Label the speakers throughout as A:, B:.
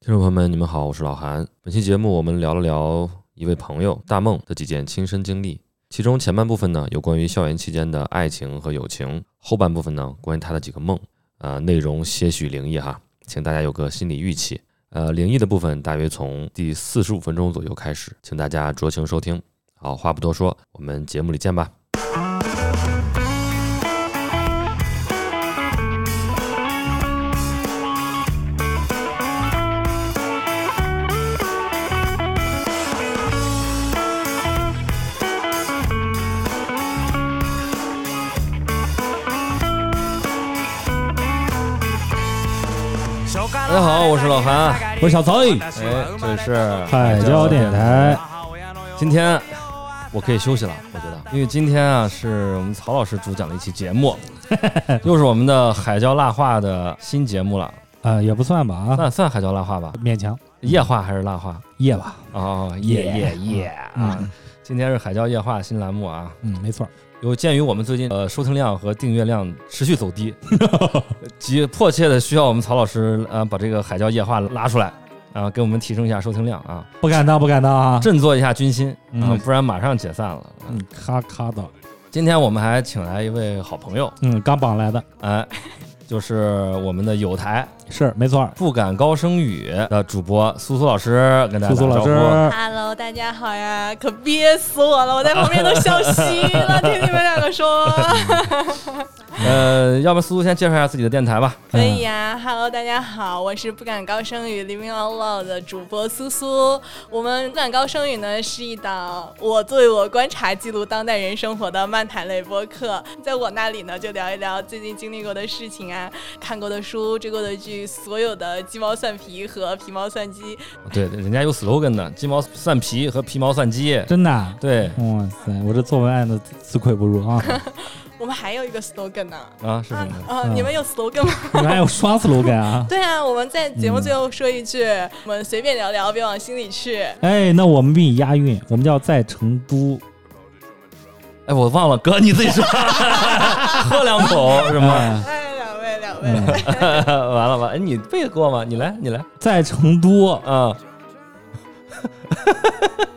A: 听众朋友们，你们好，我是老韩。本期节目我们聊了聊一位朋友大梦的几件亲身经历，其中前半部分呢有关于校园期间的爱情和友情，后半部分呢关于他的几个梦，啊、内容些许灵异哈，请大家有个心理预期。呃，灵异的部分大约从第四十五分钟左右开始，请大家酌情收听。好，话不多说，我们节目里见吧。
B: 大
A: 大家好我是老韩
B: 我是小曹。
C: 哎，这是
D: 海椒电台，
A: 今天我可以休息了，我觉得，因为今天啊是我们曹老师主讲的一期节目，又是我们的海椒辣话的新节目了，
D: 啊，也不算吧啊，
A: 算算海椒辣话吧，
D: 勉强
A: 夜话还是辣话？
D: 夜吧，
A: 哦，夜夜夜啊
D: 嗯！
A: 今天是海椒夜话新栏目啊。
D: 嗯，没错儿，
A: 有鉴于我们最近呃收听量和订阅量持续走低，急迫切的需要我们曹老师呃把这个海椒夜话拉出来啊，给我们提升一下收听量啊，
D: 不敢当，不敢当啊，
A: 振作一下军心啊
D: 嗯，
A: 不然马上解散了。
D: 嗯，咔咔的，
A: 今天我们还请来一位好朋友，
D: 嗯，刚绑来的，
A: 哎， 就是我们的友台
D: 是没错儿，
A: 不敢高声语的主播苏苏老师，跟大家
D: 苏苏
A: 打招
D: 老
A: 呼
D: 师，
E: Hello，大家好呀！可憋死我了，我在旁边都笑嘻了，听你们两个说，
A: 呃，要不苏苏先介绍一下自己的电台吧？
E: 可以呀。Hello，大家好，我是不敢高声语 Living Out Loud 的主播苏苏。我们不敢高声语呢是一档我对我观察记录当代人生活的漫谈类播客，在我那里呢就聊一聊最近经历过的事情啊，看过的书、追过的剧，所有的鸡毛蒜皮和皮毛蒜鸡。
A: 对，人家有 slogan 的，鸡毛蒜皮和皮毛蒜鸡。
D: 真的啊，
A: 对
D: 哇塞，我这做文案的自愧不如 啊，
E: 我们还有一个 slogan 呢。
A: 啊，是
E: 啊
A: 什么？
E: 啊！
D: 嗯
E: 你们有 slogan 吗？
D: 你们还有双 slogan 啊，
E: 对啊，我们在节
D: 嗯
E: 目最后说一句，我们随便聊聊，别往心里去。
D: 哎，那我们比你押韵，我们叫在成都，
A: 哎，我忘了，哥你自己说， 喝两口是吗？
D: 哎，
E: 哎，两位，两位，
D: 嗯
A: 完了完了，哎，你背过吗？你来，你来，
D: 在成都
A: 啊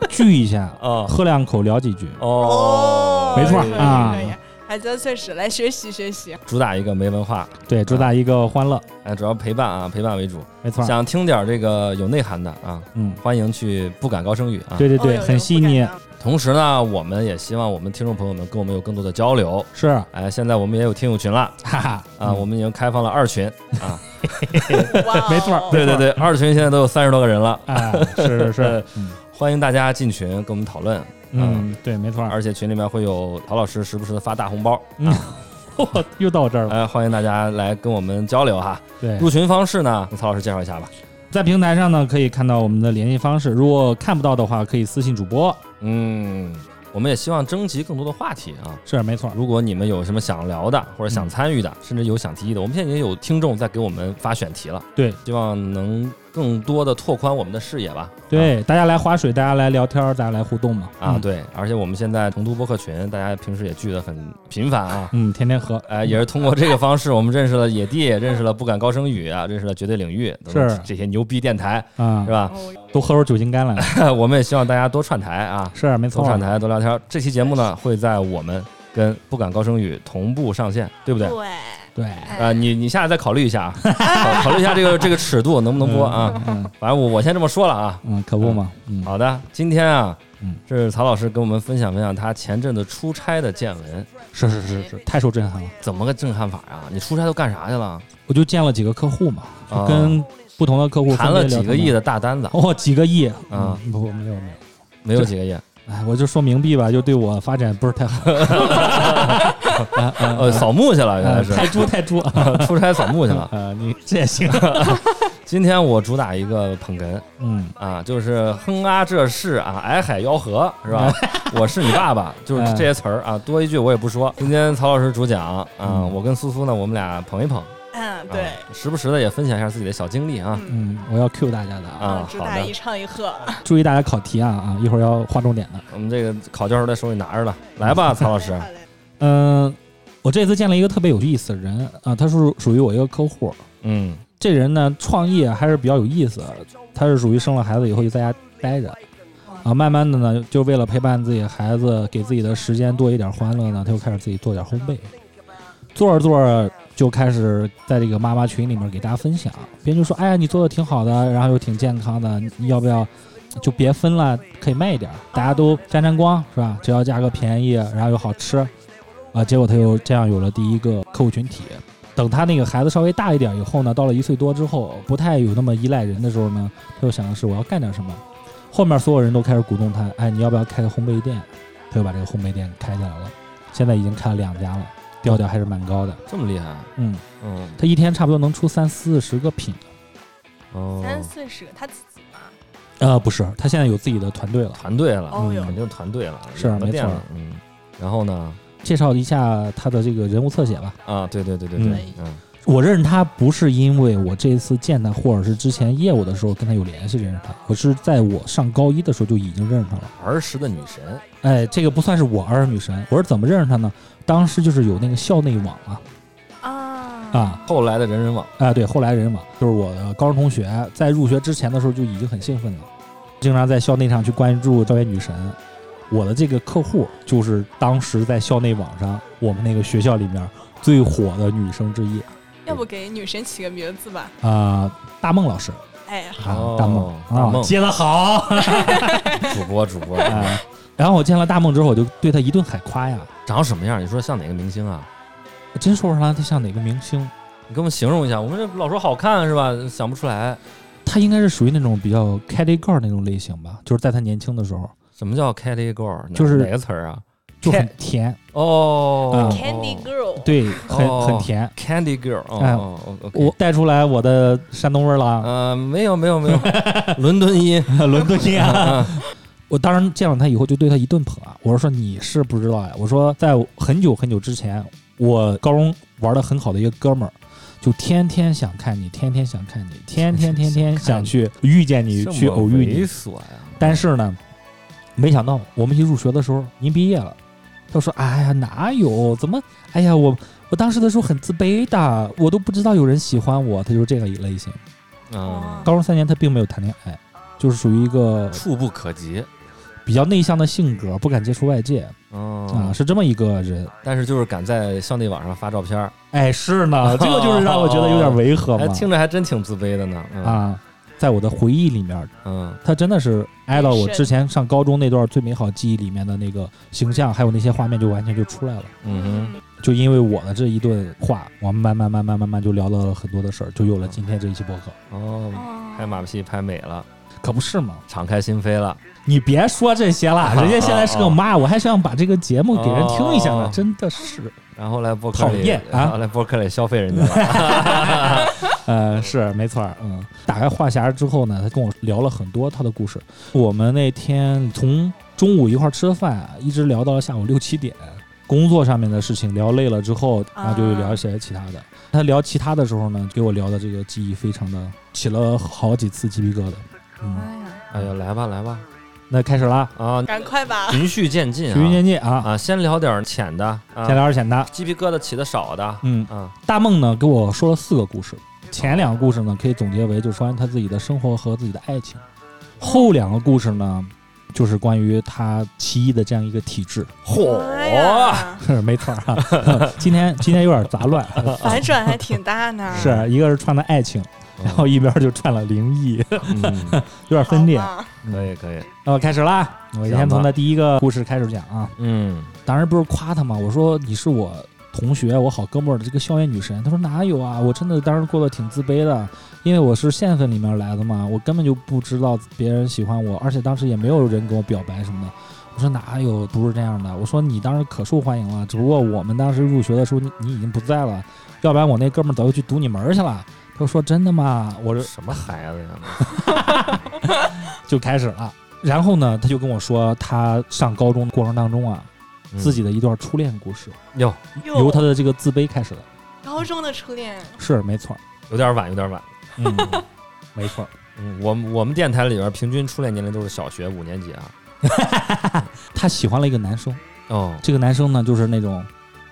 D: 聚一下，
A: 啊
D: 喝两口，聊几句，
A: 哦，
D: 没错
E: 可以
D: 啊
E: 可以，海椒哎确实来学习学习。
A: 主打一个没文化，
D: 对，主打一个欢乐，
A: 哎，主要陪伴啊，陪伴为主。
D: 没错儿，
A: 想听点这个有内涵的啊，
D: 嗯，
A: 欢迎去不敢高声语啊。
D: 对对
E: 哦
D: 对，
E: 有
D: 很细
E: 有
D: 腻
E: 不，敢当
A: 同时呢，我们也希望我们听众朋友们跟我们有更多的交流。
D: 是，
A: 哎，现在我们也有听友群了
D: 哈哈，
A: 啊，我们已经开放了二群啊。
E: 哇 哦，
D: 没错儿
A: 对对对，二群现在都有三十多个人了，
D: 哎，是 是是，嗯
A: 欢迎大家进群跟我们讨论。
D: 嗯，对，没错儿，
A: 而且群里面会有陶老师时不时的发大红包，
D: 嗯
A: 啊
D: 又到这儿了，
A: 哎，欢迎大家来跟我们交流哈。
D: 对，
A: 入群方式呢，曹老师介绍一下吧。
D: 在平台上呢，可以看到我们的联系方式。如果看不到的话，可以私信主播。
A: 嗯，我们也希望征集更多的话题啊。
D: 是，没错。
A: 如果你们有什么想聊的，或者
D: 嗯
A: 想参与的，甚至有想提议的，我们现在也有听众在给我们发选题了。
D: 对，
A: 希望能更多的拓宽我们的视野吧。
D: 对，大家来划水，大家来聊天儿，大家来互动嘛。
A: 啊，
D: 嗯，
A: 对，而且我们现在成都播客群，大家平时也聚得很频繁啊。
D: 嗯，天天喝。
A: 哎，也是通过这个方式，我们认识了野地，认识了不敢高声语啊，认识了绝对领域，等等
D: 是
A: 这些牛逼电台，
D: 啊
A: 是，吧？
E: 哦
D: 都喝出酒精肝 来了。
A: 我们也希望大家多串台啊，
D: 是，哦没
A: 多
D: 错。
A: 串台，多聊天。这期节目呢，会在我们跟不敢高声语同步上线，对不对？
D: 对，
E: 对，
A: 啊、你你下来再考虑一 下啊，考考虑一下这个这个尺度能不能播啊？
D: 嗯
A: 反正我我先这么说了啊。
D: 嗯，可不嘛。嗯，
A: 好的，今天啊
D: 嗯，
A: 这是曹老师跟我们分享分享他前阵子出差的见闻，
D: 是是是是，太受震撼了。
A: 怎么个震撼法啊？你出差都干啥去了？
D: 我就见了几个客户嘛，
A: 啊
D: 就跟不同的客户分别
A: 谈了几个亿
D: 聊天嘛。
A: 的大单子，
D: 哦，几个亿
A: 啊
D: 嗯不，没有没有。
A: 没有几 个亿。
D: 哎，我就说冥币吧，就对我发展不是太好。啊啊
A: 呃，扫墓去了，原来
D: 啊
A: 是
D: 太猪太猪啊！
A: 出差扫墓去了。
D: 啊，你这也行。
A: 今天我主打一个捧哏，
D: 嗯，
A: 啊，就是哼啊，这是啊，矮海吆喝是吧？我是你爸爸，
D: 嗯
A: 就是这些词儿啊，多一句我也不说。今天曹老师主讲啊，
D: 嗯
A: 我跟苏苏呢，我们俩捧一捧，
E: 嗯，
A: 啊
E: 对，，
A: 时不时的也分享一下自己的小经历啊。
E: 嗯
D: 嗯，我要 Q 大家的啊，
A: 啊，
E: 主
A: 好
E: 打一
A: 的，
E: 唱一和，
D: 注意大家考题啊啊，一会儿要划重点的。
A: 我们这个考卷儿在手里拿着了，
D: 嗯
A: 来吧，曹老 师
E: 好嘞
D: 呃啊嗯、我这次见了一个特别有意思的人啊，他是属于我一个客户，
A: 嗯
D: 这人呢，创业还是比较有意思。他是属于生了孩子以后就在家待着，啊，慢慢的呢，就为了陪伴自己孩子，给自己的时间多一点欢乐呢，他就开始自己做点烘焙。做着做着，就开始在这个妈妈群里面给大家分享。别人就说：“哎呀，你做的挺好的，然后又挺健康的，你你要不要？就别分了，可以卖一点儿，大家都沾沾光，是吧？只要价格便宜，然后又好吃，啊，结果他又这样有了第一个客户群体。等他那个孩子稍微大一点以后呢，到了一岁多之后，不太有那么依赖人的时候呢，他就想的是我要干点什么。后面所有人都开始鼓动他，哎，你要不要开个烘焙店？他就把这个烘焙店开起来了，现在已经开了两家了，调调还是蛮高的。
A: 这么厉害，
D: 嗯，
A: 嗯，
D: 他一天差不多能出三四十个品。
A: 哦，
E: 三四十，他自己吗？
D: 呃，不是，他现在有自己的团队了。
A: 团队了，
E: 哦哟
D: 嗯
A: 肯定团队了，
D: 是
A: 两个
D: 没
A: 店
D: 错
A: 了，嗯，然后呢，
D: 介绍一下他的这个人物侧写吧。
A: 啊，对对对对
D: 嗯
A: 对，嗯，
D: 我认识他不是因为我这次见他，或者是之前业务的时候跟他有联系认识他，我是在我上高一的时候就已经认识他了。
A: 儿时的女神，
D: 哎，这个不算是我儿女神，我是怎么认识他呢？当时就是有那个校内网啊
E: 啊
D: 啊
A: 后来的人 人网，
D: 啊，对，后来人网就是我的高中同学，在入学之前的时候就已经很兴奋了，经常在校内上去关注校园女神。我的这个客户就是当时在校内网上我们那个学校里面最火的女生之一
E: 要不给女神起个名字吧？
D: 啊、大梦老师
E: 哎，
D: 啊，
A: 哦
D: 大梦，
A: 大
D: 啊
A: 梦
D: 接的 好，
A: 主播主播，
D: 哎，然后我见了大梦之后，我就对她一顿海夸呀，
A: 长什么样？你说像哪个明星啊？
D: 真说不上来她像哪个明星，
A: 你给我们形容一下，我们这老说好看是吧？想不出来，
D: 她应该是属于那种比较开这盖儿那种类型吧，就是在她年轻的时候
A: 什么叫 Candy Girl？哪
D: 就是
A: 哪个词儿啊？
D: 就很甜，
A: 哦
D: 嗯
E: Candy Girl，
D: 对，很、
A: 哦
D: 很甜。
A: Girl，Candy Girl，哦
D: 哎
A: 哦哦，OK，
D: 我带出来我的山东味儿了，
A: 呃，没有没有没有， 伦敦 音，
D: 伦敦音啊！
A: 嗯
D: 我当时见了她以后就对她一顿捧啊，我说你是不知道啊呀，我说在很久很久之前，我高中玩的很好的一个哥们儿。就天天想看你，天天想看你，天天天天想去遇见你，
A: 哎这
D: 去
A: 么
D: 偶遇你
A: 猥。琐呀！
D: 但是呢，没想到我们一入学的时候，您毕业了，他说：“哎呀，哪有？怎么？哎呀，我我当时的时候很自卑的，我都不知道有人喜欢我。”他就是这个类型。
E: 哦
A: 嗯，
D: 高中三年，他并没有谈恋爱，就是属于一个
A: 触不可及，
D: 比较内向的性格，不敢接触外界啊，
A: 嗯，
D: 是这么一个人。
A: 但是就是敢在校内网上发照片儿，
D: 哎，是 呢，这个就是让我觉得有点违和
A: 哎，
D: 嘛
A: 听着还真挺自卑的呢。嗯，
D: 啊。在我的回忆里面，
A: 嗯，
D: 他真的是挨到我
E: 是
D: 之前上高中那段最美好记忆里面的那个形象，还有那些画面，就完全就出来了。
A: 嗯哼。
D: 就因为我的这一顿话，我们慢慢慢慢慢慢就聊到了很多的事儿，就有了今天这一期播客，
A: 哦，
E: 哦
A: 拍马屁拍美了，
D: 可不是嘛？
A: 敞开心扉了。
D: 你别说这些 了，人家现在是个妈，我还想把这个节目给人听一下呢
A: 哦，
D: 真的是，
A: 然后来博客
D: 讨
A: 里，
D: 厌啊
A: 然后来博客里消费人家 了。
D: 呃，是没错儿，嗯。打开话匣之后呢，他跟我聊了很多他的故事。我们那天从中午一块儿吃的饭，啊一直聊到了下午六七点。工作上面的事情聊累了之后，然后就聊一些其他的。他聊其他的时候呢，给我聊的这个记忆非常的起了好几次鸡皮疙瘩。嗯，
E: 哎呀，
A: 哎呀，来吧来吧，
D: 那开始啦，
A: 啊，
E: 赶快吧！
A: 循序渐进
D: 循序
A: 啊
D: 渐进啊，
A: 啊，先聊点浅的，啊
D: 先聊点简单。
A: 鸡皮疙瘩起的少的，
D: 嗯，
A: 啊，
D: 大梦呢给我说了四个故事，前两个故事呢可以总结为就是关于他自己的生活和自己的爱情，后两个故事呢就是关于他奇异的这样一个体质。
A: 嚯，
E: 哎呀，
D: 没错儿啊， 今天今天有点杂 乱，
E: 反转还挺大呢，
D: 是一个是串的爱情，然后一边就串了灵异，
A: 嗯，
D: 有点分裂。
E: 好吧
A: 可以可以，
D: 那我开始啦，我先从他第一个故事开始讲啊。
A: 嗯，
D: 当时不是夸他嘛，我说你是我同学，我好哥们儿的这个校园女神。他说哪有啊，我真的当时过得挺自卑的，因为我是县份里面来的嘛，我根本就不知道别人喜欢我，而且当时也没有人跟我表白什么的。我说哪有，不是这样的。我说你当时可受欢迎了，只不过我们当时入学的时候你你已经不在了，要不然我那哥们儿早就去堵你门儿去了。他说真的吗？我说
A: 什么孩子呀？
D: 就开始了。然后呢，他就跟我说他上高中的过程当中啊，
A: 嗯
D: 自己的一段初恋故事，
A: 哟，
E: 哟
D: 由他的这个自卑开始的。
E: 高中的初恋，
D: 是没错，
A: 有点晚，有点晚。
D: 嗯，没错。
A: 嗯，我们我们电台里边平均初恋年龄都是小学五年级啊。
D: 她喜欢了一个男生，
A: 哦，
D: 这个男生呢就是那种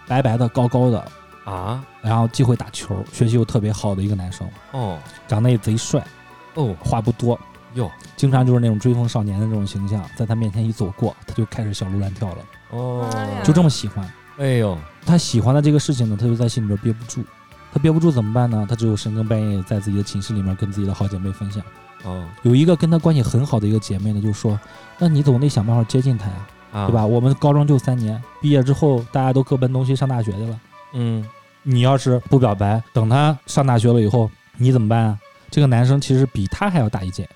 D: 白白的、高高的，
A: 啊，
D: 然后既会打球，学习又特别好的一个男生，
A: 哦
D: 长得也贼帅，
A: 哦
D: 话不多，
A: 哟
D: 经常就是那种追风少年的这种形象，在他面前一走过，他就开始小鹿乱跳了，
E: 妈呀
A: 哦，
D: 就这么喜欢。
A: 哎呦，
D: 他喜欢的这个事情呢，他就在心里边憋不住，他憋不住怎么办呢？他只有深更半夜在自己的寝室里面跟自己的好姐妹分享。
A: 哦
D: 有一个跟他关系很好的一个姐妹呢，就说：“那你总得想办法接近他呀，
A: 啊，
D: 对吧？？我们高中就三年，毕业之后大家都各奔东西上大学去了。
A: 嗯，
D: 你要是不表白，等他上大学了以后，你怎么办啊？”这个男生其实比他还要大一届，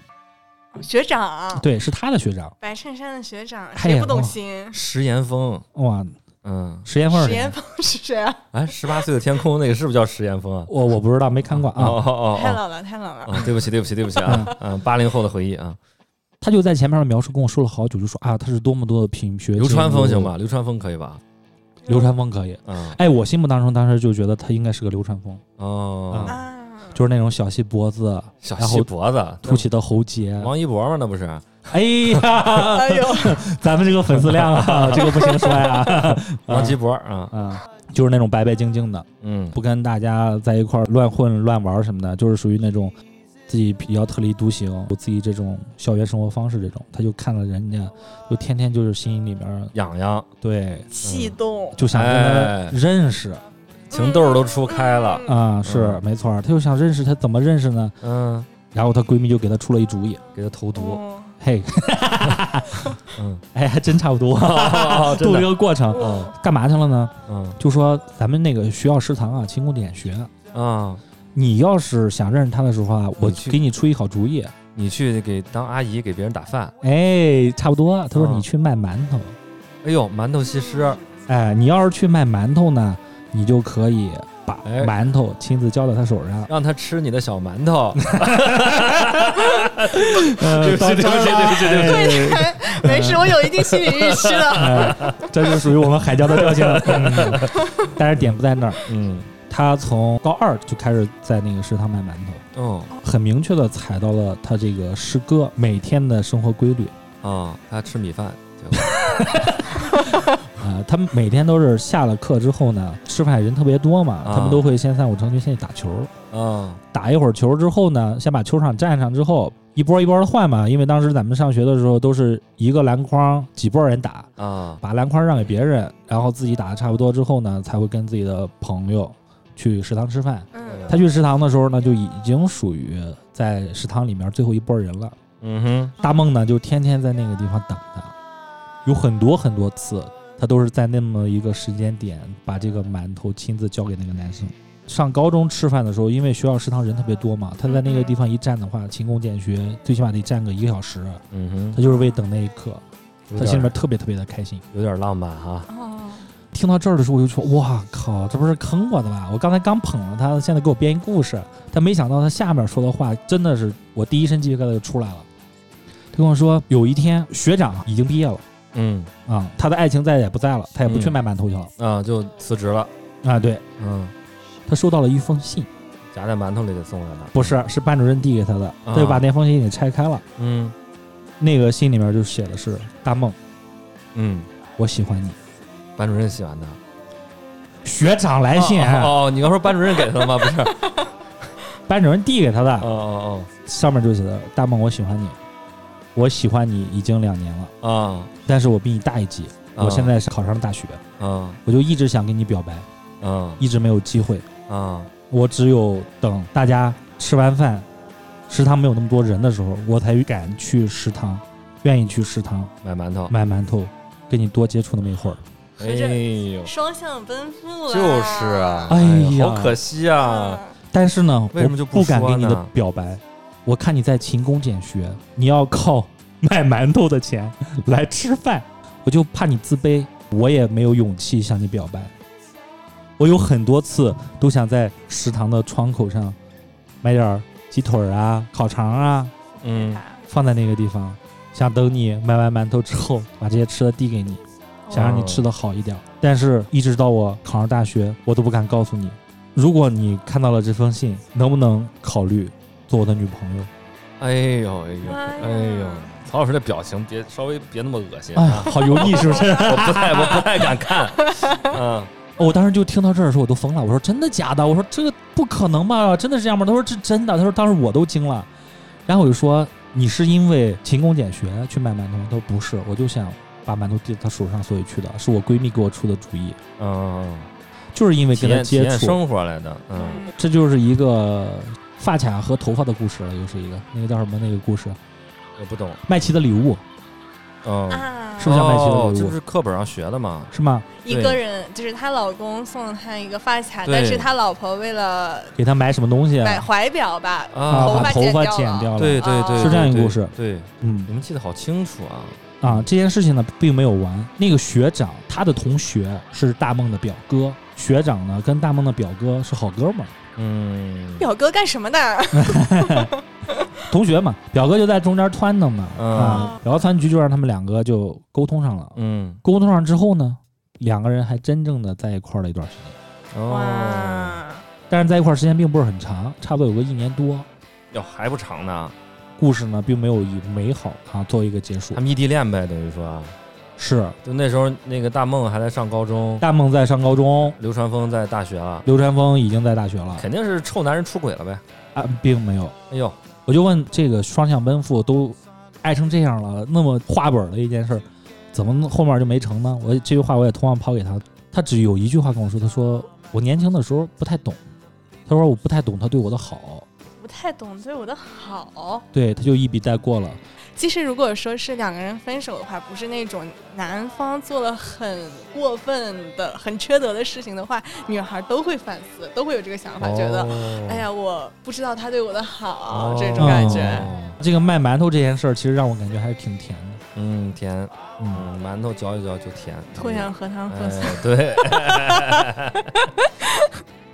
E: 学长，
D: 对，是他的学长。
E: 白衬衫的学长，
D: 太
E: 谁不
D: 阳
E: 懂
D: 了
E: 心？
A: 石岩峰，
D: 哇，
A: 嗯，
D: 石岩峰是
E: 石
D: 谁
E: 岩
D: 啊？
E: 峰是谁啊？
A: 哎，十八岁的天空那个是不是叫石岩峰啊？
D: 我我不知道，没看过啊。
A: 哦哦哦
E: 太
A: 哦
E: 老了，太老了。
A: 哦，对不起对不起对不起啊，嗯，八零后的回忆啊，
D: 嗯他就在前面的描述跟我说了好久，就说啊，他是多么多的品学。
A: 流川枫行？吧？流川枫可以吧？
D: 流川枫可以。
A: 嗯
D: 哎，我心目当中当时就觉得他应该是个流川枫，
A: 哦，
D: 啊
E: 啊，
D: 就是那种小细脖子、
A: 小
D: 然后
A: 细脖子，
D: 凸起的喉结
A: 那。王一博嘛，那不是？
D: 哎呀，
A: 啊
E: 哎呦，
D: 嗯咱们这个粉丝 量啊，这个不行说呀。
A: 王吉博啊，
D: 啊，就是那种白白净净的，
A: 嗯
D: 不跟大家在一块儿乱混乱玩什么的，就是属于那种自己比较特立独行，有自己这种校园生活方式这种。他就看了人家，就天天就是心里面
A: 痒痒，
D: 对，
E: 气动，
D: 就想跟
A: 哎
D: 他认识啊、
A: 情豆儿都出开了，
E: 嗯
D: 是没错儿，他就想认识他，怎么认识呢？
A: 嗯，
D: 然后她闺蜜就给她出了一主意，
A: 给他投
D: 嗯
A: 毒，
E: 哦
D: 嘿，
A: 嗯，
D: 哎，还真差不多，
A: 哦真
D: 都
A: 的
D: 这个过程。
E: 哦
D: 干嘛去了呢？
A: 嗯
D: 就说咱们那个学校食堂啊，勤工俭学。
A: 啊，
D: 你要是想认识他的时候啊，我
A: 你去
D: 给你出一好主意。
A: 你去给当阿姨给别人打饭，
D: 哎，差不多。她说
A: 嗯
D: 你去卖馒头，
A: 哎呦，馒头西施，
D: 哎，你要是去卖馒头呢，你就可以把
A: 哎
D: 馒头亲自交到他手 上。
A: 让他吃你的小馒头，
D: 呃
A: 对不起
D: 到这儿了
A: 对不起对不起对不
D: 哎
E: 没事，我有一定心理预期 的。
D: 哎，这就属于我们海椒的调性 了。嗯但是点不在那儿，
A: 嗯，
D: 他从高二就开始在那个食堂卖馒头，
A: 哦
D: 很明确的踩到了他这个师哥每天的生活规律
A: 啊，他吃米饭，结果
D: 啊、他们每天都是下了课之后呢，吃饭人特别多嘛，
A: 啊
D: 他们都会先三五成群先去打球，
A: 啊，
D: 打一会儿球之后呢，先把球场占上之后，一波一波的换嘛，因为当时咱们上学的时候都是一个篮筐几波人打，
A: 啊，
D: 把篮筐让给别人，然后自己打的差不多之后呢，才会跟自己的朋友去食堂吃饭。
E: 嗯，
D: 他去食堂的时候呢，就已经属于在食堂里面最后一波人了。
A: 嗯
D: 大梦呢，就天天在那个地方等他，有很多很多次，他都是在那么一个时间点把这个馒头亲自交给那个男生。上高中吃饭的时候，因为学校食堂人特别多嘛，他在那个地方一站的话，勤工俭学，最起码得站个一个小时。啊
A: 哼，嗯
D: 他
A: 哼，
D: 就是为等那一刻，他
A: 有
D: 心里
A: 点
D: 面特别特别的开心。
A: 有点浪漫哈，
E: 哦，
D: 听到这儿的时候，我就说：“哇靠，这不是坑我的吧？我刚才刚捧了他，现在给我编一故事。”但没想到他下面说的话，真的是我第一身鸡皮疙瘩就出来了。他跟我说，有一天学长已经毕业了
A: 嗯
D: 啊，他的爱情再也不在了，他也不去
A: 嗯
D: 卖馒头去了、
A: 啊，就辞职了，
D: 啊。对
A: 嗯，
D: 他收到了一封信，
A: 夹在馒头里给送来了，
D: 不是，是班主任递给他的，他
A: 啊
D: 就把那封信给拆开了。
A: 嗯
D: 那个信里面就写的是：“大梦，
A: 嗯，
D: 我喜欢你。
A: 班主任喜欢他。”
D: 学长来信，
A: 哦，哦你刚说班主任给他的吗？不是， 哦
D: 班主任递给他的，
A: 哦
D: 上面就写的：“大梦，我喜欢你，我喜欢你已经两年了。”
A: 哦，啊，
D: 但是我比你大一级，
A: 啊
D: 我现在是考上了大学，
A: 啊
D: 我就一直想跟你表白，
A: 啊
D: 一直没有机会。
A: 啊，
D: 我只有等大家吃完饭，食堂没有那么多人的时候，我才敢去食堂，愿意去食堂
A: 买馒头，
D: 买馒头，跟你多接触那么一会儿。
A: 哎呦，
E: 双向奔赴啊！
A: 就是啊，
D: 哎呀
A: 好可惜啊，
D: 但是呢，
A: 为什么就
D: 我
A: 不
D: 不敢
A: 说
D: 给你的
A: 呢
D: 表白？我看你在勤工俭学，你要靠卖馒头 的钱来吃饭，我就怕你自卑，我也没有勇气向你表白。我有很多次都想在食堂的窗口上买点儿鸡腿儿啊、烤肠啊，
A: 嗯，
D: 放在那个地方，想等你卖完馒头之后，把这些吃的递给你，想让你吃的好一点。但是，一直到我考上大学，我都不敢告诉你。如果你看到了这封信，能不能考虑做我的女朋友？
A: 哎呦哎呦
E: 嗯妈呀
A: 哎呦，曹老师这表情别稍微别那么恶心
D: 哎
A: 啊
D: 呀，，好油腻，是不是？
A: 我不太我不太敢看，嗯
D: 我当时就听到这儿的时候，我都疯了。我说真的假的？我说这个不可能吧？真的是这样吗？他说这真的。他说当时我都惊了。然后我就说你是因为勤工俭学去卖馒头吗？他说不是，我就想把馒头递到他手上，所以去的。是我闺蜜给我出的主意，
A: 嗯，
D: 就是因为
A: 体
D: 跟他
A: 验体
D: 接
A: 验
D: 触。
A: 生活来的，嗯，
D: 这就是一个发卡和头发的故事了，又是一个那个叫什么那个故事？
A: 我不懂，
D: 麦琪的礼物
A: 嗯，
E: 啊，
D: 是不是叫麦琪的
A: 哦
D: 礼
A: 这
D: 物
A: 不是课本上学的吗？
D: 是吗？
E: 一个人就是她老公送了她一个发卡，
A: 对哎
E: 但是她老婆为了
D: 给他买什么东西？
E: 买怀表吧，
D: 啊，
E: 头
A: 啊
E: 发，
D: 把头发
E: 剪
D: 剪
E: 掉
D: 掉了。
A: 对对对，
E: 是
A: 对
D: 这样一个
A: 对
D: 故事
A: 对，
D: 嗯
A: 你们记得好清楚啊，
D: 啊，这件事情呢并没有完。那个学长，他的同学是大梦的表哥，学长呢跟大梦的表哥是好哥们儿，
A: 嗯，
E: 表哥干什么的？
A: 哦
D: 同学嘛， 表哥就在中间撺掇嘛，啊，然后饭局就让他们两个就沟通上了。
A: 嗯，
D: 沟通上之后呢，两个人还真正的在一块儿了一段时间，
A: 哦，
E: 哇，
D: 但是在一块儿时间并不是很长，差不多有个一年多。
A: 哟，还不长呢，
D: 故事呢，并没有以美好啊作为一个结束
A: 他，们异地恋呗，等于说，
D: 是
A: 就那时候那个大梦还在上高中，
D: 大梦在上高中，
A: 流川枫在大学了，
D: 刘传峰已经在大学了
A: 肯定是臭男人出轨了呗，
D: 啊，并没有
A: 哎呦，
D: 我就问这个双向奔赴都爱成这样了，那么画本的一件事儿，怎么后面就没成呢？我这句话我也同样抛给他，他只有一句话跟我说，他说我年轻的时候不太懂，他说我不太懂他对我的好，
E: 不太懂对我的好。
D: 对他就一笔带过了。
E: 其实如果说是两个人分手的话，不是那种男方做了很过分的、很缺德的事情的话，女孩都会反思，都会有这个想法，觉得
A: 哦
E: 哎，呀，我不知道他对我的好、
A: 哦
E: 这种感觉。
A: 哦
D: 这个卖馒头这件事儿，其实让我感觉还是挺甜的。
A: 嗯，甜，
D: 嗯，
A: 嗯，馒头嚼一嚼就甜，
E: 脱氧荷糖核酸，
A: 哎， 对，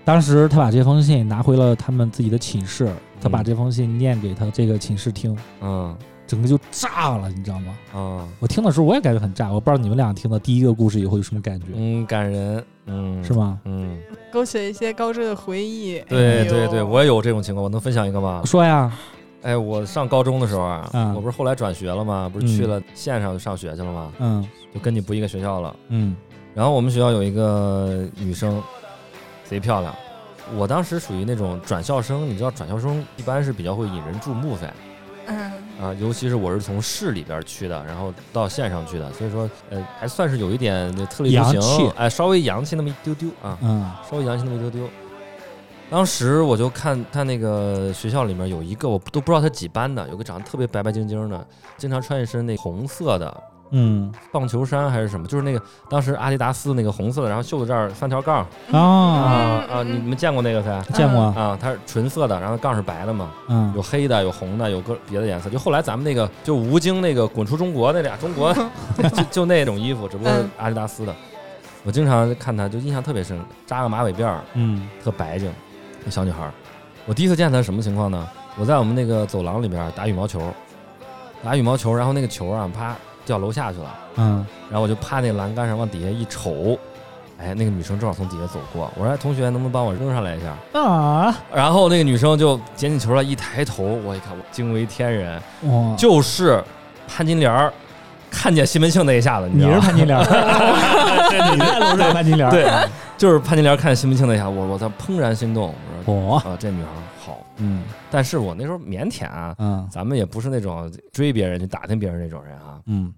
D: 当时他把这封信拿回了他们自己的寝室，他把
A: 嗯
D: 这封信念给他这个寝室听，
A: 嗯
D: 整个就炸了，你知道吗？
A: 嗯
D: 我听的时候我也感觉很炸，我不知道你们俩听的第一个故事以后有什么感觉，
A: 嗯，感人，嗯，
D: 是？吗？
A: 嗯，
E: 勾起了一些高中的回忆。哎
A: 对
E: 呦
A: 对对，我也有这种情况，我能分享一个吗？
D: 说呀，
A: 哎，我上高中的时候啊，
D: 嗯
A: 我不是后来转学了吗？不是
D: 嗯
A: 去了县上上学去了吗？
D: 嗯
A: 就跟你不一个学校了。
D: 嗯
A: 然后我们学校有一个女生，贼漂亮。我当时属于那种转校生，你知道转校生一般是比较会引人注目噻，
E: 嗯，
A: 啊，尤其是我是从市里边去的，然后到县上去的，所以说呃还算是有一点那特立独
D: 洋气
A: 行，哎，稍微洋气那么一丢丢啊，
D: 嗯
A: 稍微洋气那么一丢丢。当时我就看看那个学校里面有一个我都不知道他几班的，有个长得特别白白净净的，经常穿一身那红色的
D: 嗯
A: 棒球衫还是什么，就是那个当时阿迪达斯那个红色的，然后袖子这儿三条杠啊
D: 啊，
A: 啊，你们见过那个噻？
D: 见过啊，
A: 啊，它是纯色的，然后杠是白的嘛，
D: 嗯
A: 有黑的，有红的，有各别的颜色。就后来咱们那个就吴京那个滚出中国那俩中国， 就就那种衣服，只不过是
E: 嗯
A: 阿迪达斯的。我经常看她，就印象特别深，扎个马尾辫儿，
D: 嗯
A: 特白净，那小女孩儿。我第一次见她是什么情况呢？我在我们那个走廊里边儿打羽毛球，打羽毛球，然后那个球啊，啪掉楼下去了，
D: 嗯
A: 然后我就趴那栏杆上往底下一瞅，哎，那个女生正好从底下走过，我说哎同学能不能帮我扔上来一下？
D: 啊，
A: 然后那个女生就捡起球来，一抬头，我一看，我惊为天人，
D: 哇，
A: 就是潘金莲儿看见西门庆那一下子，你
D: 你
A: 知道
D: 是
A: 吗？
D: 潘金莲 儿，你在楼上潘金莲，，
A: 对，就是潘金莲儿看见西门庆那一下，我我操，怦然心动，我说
D: 我，
A: 啊，这女孩儿好，
D: 嗯
A: 但是我那时候腼腆啊，
D: 嗯
A: 咱们也不是那种追别人就打听别人那种人啊。
D: 嗯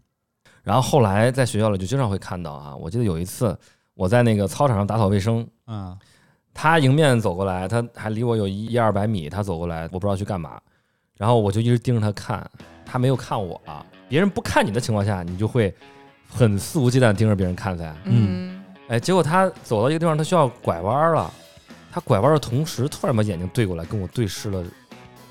A: 然后后来在学校里就经常会看到啊，我记得有一次我在那个操场上打扫卫生，
D: 嗯
A: 他迎面走过来，他还离我有一一二百米，他走过来，我不知道去干嘛，然后我就一直盯着他看，他没有看我、啊别人不看你的情况下，你就会很肆无忌惮地盯着别人看噻。
E: 嗯，
A: 哎，结果他走到一个地方，他需要拐弯了，他拐弯的同时，突然把眼睛对过来，跟我对视了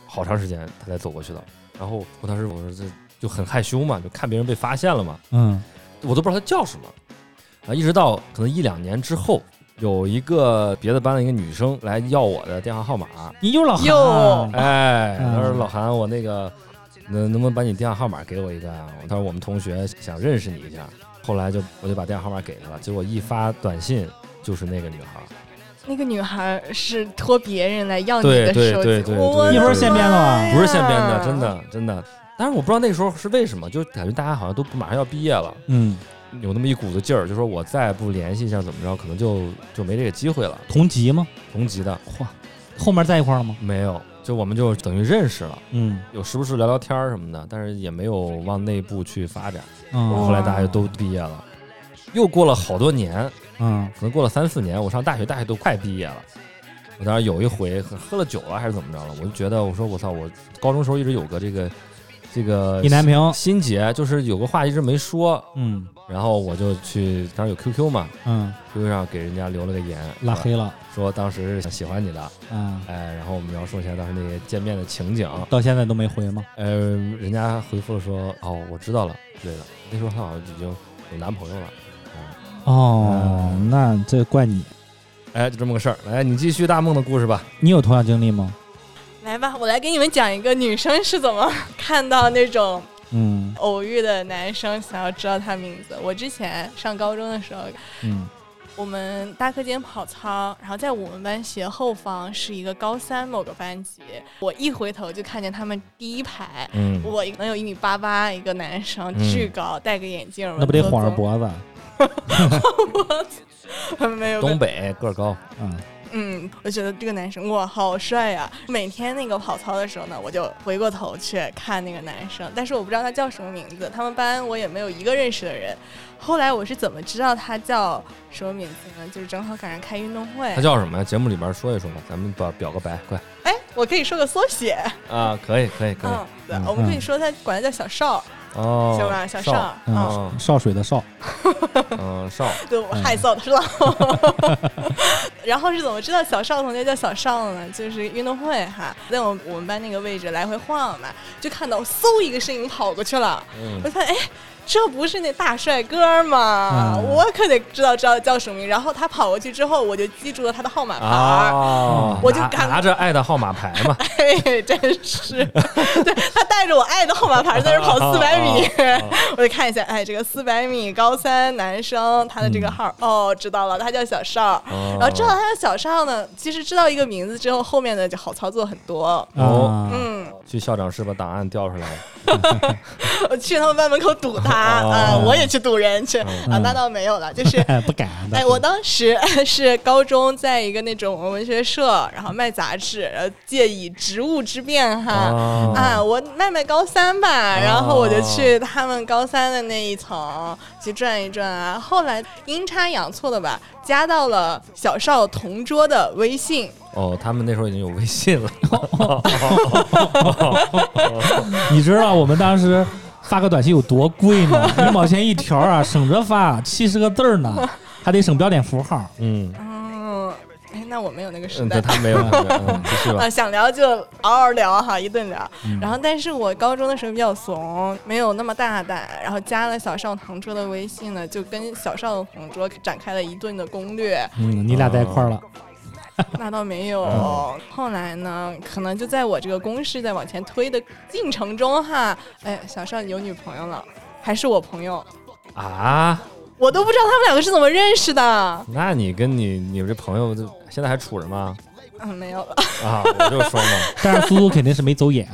A: 好长时间，他才走过去的。然后我当时我说这就很害羞嘛，就看别人被发现了嘛，
D: 嗯
A: 我都不知道他叫什么啊，一直到可能一两年之后，有一个别的班的一个女生来要我的电话号码，
D: 你又老韩
E: 哟
A: 哎，
D: 嗯
A: 她说老韩，我那个能能不能把你电话号码给我一个啊？她说我们同学想认识你一下，后来就我就把电话号码给她了，结果一发短信就是那个女孩，
E: 那个女孩是托别人来要你
A: 对
E: 的
A: 对
E: 手
A: 对
E: 机，
A: 对
E: 我
A: 对
E: 的
D: 一会儿现编了吧
E: 妈呀
A: 不是现编的，真的真的。但是我不知道那个时候是为什么，就感觉大家好像都马上要毕业了，
D: 嗯
A: 有那么一股子劲儿，就说我再不联系一下怎么着，可能就就没这个机会了。
D: 同级吗？
A: 同级的
D: 嚯，后面在一块儿了吗？
A: 没有，就我们就等于认识了，
D: 嗯，
A: 有时不时聊聊天儿什么的，但是也没有往内部去发展。
D: 嗯
A: 后来大家就都毕业了，又过了好多年，
D: 嗯
A: 可能过了三四年，我上大学，大学都快毕业了。我当时有一回喝喝了酒了还是怎么着了，我就觉得我说我操，我高中时候一直有个这个这个
D: 意难平，
A: 心结，就是有个话一直没说，
D: 嗯
A: 然后我就去当时有 QQ 嘛
D: 嗯，
A: ，QQ 上给人家留了个言，
D: 拉
A: 是吧，
D: 黑了，
A: 说当时是喜欢你的，
D: 嗯，
A: 哎，然后我们描述一下当时那些见面的情景，
D: 到现在都没回吗？
A: 呃，人家回复了说哦我知道了之类的，那时候她好像已经有男朋友了，
D: 哦，那这怪你，
A: 哎，就这么个事儿，来你继续大梦的故事吧，
D: 你有同样经历吗？
E: 来吧，我来给你们讲一个女生是怎么 看到那种
D: 嗯
E: 偶遇的男生，想要知道他名字。我之前上高中的时候，
D: 嗯
E: 我们大课间跑操，然后在我们班斜后方是一个高三某个班级，我一回头就看见他们第一排。
A: 嗯，
E: 我能有一米八八，一个男生，
A: 嗯
E: 巨高，戴个眼镜，
D: 那不得
E: 文绉绉
D: 晃着？脖子？
E: 没有，
A: 东北个儿高，
D: 嗯，
E: 嗯，我觉得这个男生哇，好帅呀、每天那个跑操的时候呢，我就回过头去看那个男生，但是我不知道他叫什么名字，他们班我也没有一个认识的人。后来我是怎么知道他叫什么名字呢？ 就是正好赶上开运动会
A: 他，叫什么呀？节目里边说一说吧，咱们把表个白，快
E: 哎，我可以说个缩写，
A: 啊，可以可以可以，
E: 嗯，对，
D: 嗯
E: 我们可以说他管他叫小邵，
A: 哦，
E: 行吧，小邵，嗯，
A: 哦
D: 嗯，少水的少，
A: 嗯， 少，
E: 对，我害臊的是吧？然后是怎么知道小邵同学叫小邵的呢？就是运动会哈，在我们我们班那个位置来回晃嘛，就看到嗖一个身影跑过去了，
A: 嗯
E: 我就看哎。这不是那大帅哥吗？
D: 嗯
E: 我可得知道知道叫什么名。然后他跑过去之后，我就记住了他的号码牌儿。嗯
A: 啊，
E: 我就
A: 拿
E: 赶
A: 拿着爱的号码牌嘛，
E: 哎， 真是，对他带着我爱的号码牌在这跑四百米， 我就看一下，哎，这个四百米高三男生他的这个号儿，哦，知道了，他叫小邵。
A: 然
E: 然后知道他叫小邵呢，其实知道一个名字之后，后面的就好操作很多。
A: 哦
D: 啊，
E: 嗯，
A: 去校长室把档案调出来，
E: 我去他们班门口堵他，
A: 哦
E: 啊，我也去堵人去啊，那倒没有了，就是。
D: 哎，不敢的。
E: 哎，我当时 是高中在一个那种文学社，然后卖杂志，然后借以职务之便哈，
A: 啊
E: 啊，我卖卖高三吧，
A: 哦
E: 然后我就去他们高三的那一层去转一转啊。后来阴差阳错的吧，加到了小邵同桌的微信。
A: 哦，他们那时候已经有微信了，
D: 你知道我们当时发个短信有多贵吗？ 一毛钱一条啊，省着发，七十个字儿呢，还得省标点符号。
A: 嗯，
E: 嗯，哎，那我没有那个时
A: 嗯，
E: 代
A: 对，。他没 有，他没有嗯继续吧嗯
E: 啊，，想聊就嗷嗷聊哈，一顿聊。然后，但是我高中的时候比较怂，没有那么大胆，然后加了小邵同桌的微信呢，就跟小邵同桌展开了一顿的攻略。
D: 嗯，你俩在一块儿了，
E: 那倒没有。后来呢，可能就在我这个公式在往前推的进程中哈，哎，小邵有女朋友了，还是我朋友，
A: 啊，
E: 我都不知道他们两个是怎么认识的。
A: 那你跟你你们这朋友就现在还处着吗？
E: 嗯，没有了。
A: 啊，我就说 嘛，
D: 但是苏苏肯定是没走眼，